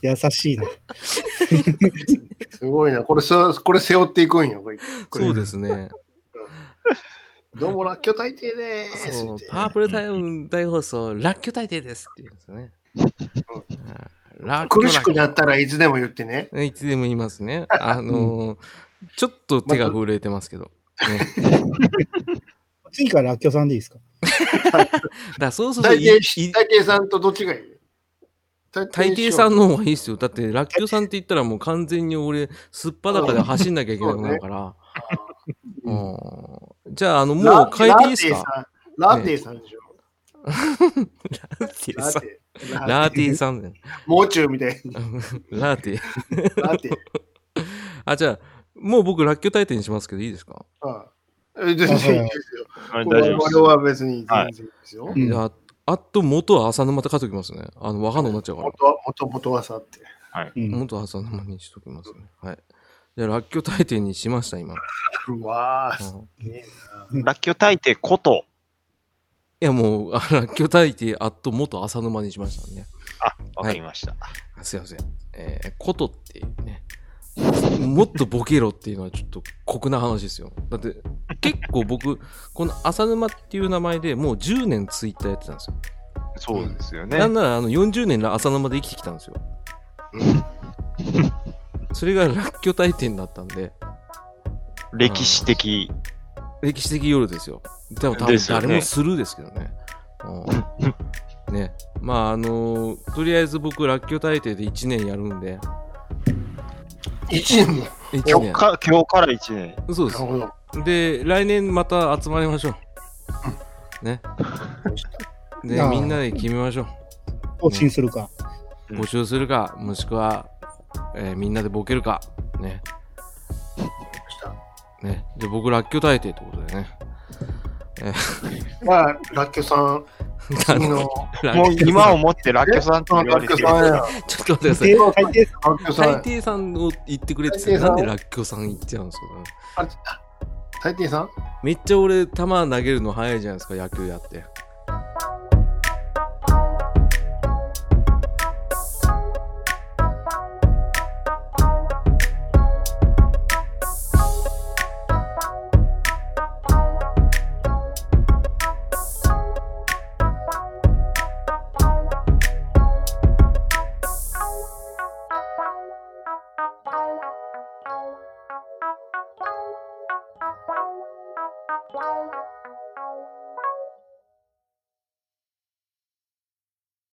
S4: 優しいな。
S3: すごいな。これ、そこれ背負っていくんよ。これこれ
S2: そうですね。
S3: どうも、らっきょ大帝でーす。
S2: そう
S3: み、たい
S2: パ
S3: な
S2: ープルタイム大放送、ラッキョ大帝ですって言うんですよね。うんラッキョ
S3: 苦しくなったらいつでも言ってね。
S2: いつでも言います ね。あのーちょっと手が震えてますけど。ね、だか
S4: 次からラッキョさんでいいですか
S2: らそうすると
S3: 大
S2: い
S3: 抵
S2: い、
S3: 大抵さんとどっちがいい
S2: 大抵さんの
S3: の。
S2: 方がいいですよ。だって、ラッキョさんって言ったらもう完全に俺、すっぱだかで走んなきゃいけなくなるから。うんじゃあ、あの、もう変えていいですか
S3: ラテさん。ラテさんでしょ。
S2: ラッテ
S3: ラ
S2: さん
S3: テ。
S2: ラーティさんね。
S5: もう中みたいに。
S2: ラーティ。
S5: ラーティ。
S2: あ、じゃあ、もう僕、らっきょう大帝にしますけど、いいですか、
S5: うんえ全然いいですよ。
S1: あれ
S5: これ
S1: 大丈夫です。
S5: は別に全然いいですよ。
S4: うん
S2: いやあと、元は浅沼って書いときますね。あの、わかんなくなっちゃうから
S5: も。とはもともとはさって。
S4: うん
S2: 元浅沼にしときますね。はい。じゃあ、らっきょう大帝にしました、今。
S5: うわ
S2: う
S5: ー、す
S2: ん
S5: げえ
S1: らっきょう大帝こと、
S2: いや、もう、あらっきょう大帝、あと元浅沼にしましたね。
S1: あ、わかりました。
S2: あすいません。えー、ことっていうね。もっとボケろっていうのはちょっと酷な話ですよ。だって結構僕、この浅沼っていう名前でもう10年ツイッターやってたんですよ。
S1: そうですよね。
S2: なんならあの40年ら浅沼で生きてきた んですよ。それがらっきょ大天だったんで、
S1: 歴史的。
S2: 歴史的夜ですよ。でも多分
S1: ですよね
S2: 誰もスルーですけどね。うんね。まああのーとりあえず僕、らっきょ大帝で1年やるんで、
S5: な。一年も。
S2: 1
S1: 今日
S2: 年。
S1: か今日から1年。
S2: そうで
S5: な
S2: す
S5: る。ほど。
S2: で、来年また集まりましょう。ね。で
S4: な、あ
S2: みんなで決めましょ
S4: 更新するか。
S2: う。募集するか、もしくは、えーみんなでボケるか。ね。ね。じゃあ僕、らっきょ大帝ってことでね。
S5: まあ、ラッキョさん、次 の。
S1: もう今をもってらっきょうさんと
S5: ラ
S1: 言われ
S5: ッキ
S1: て
S5: ョ
S1: る。
S5: さんや。ラ
S2: ちょっと待ってください。
S4: で、最低
S5: ッキョさん
S2: 大
S5: や。
S2: 帝さんを言ってくれって言ってたのになんでらっきょさん言っちゃうんですかね。
S5: あ大抵さん
S2: めっちゃ俺、球投げるの早いじゃないですか、野球やって。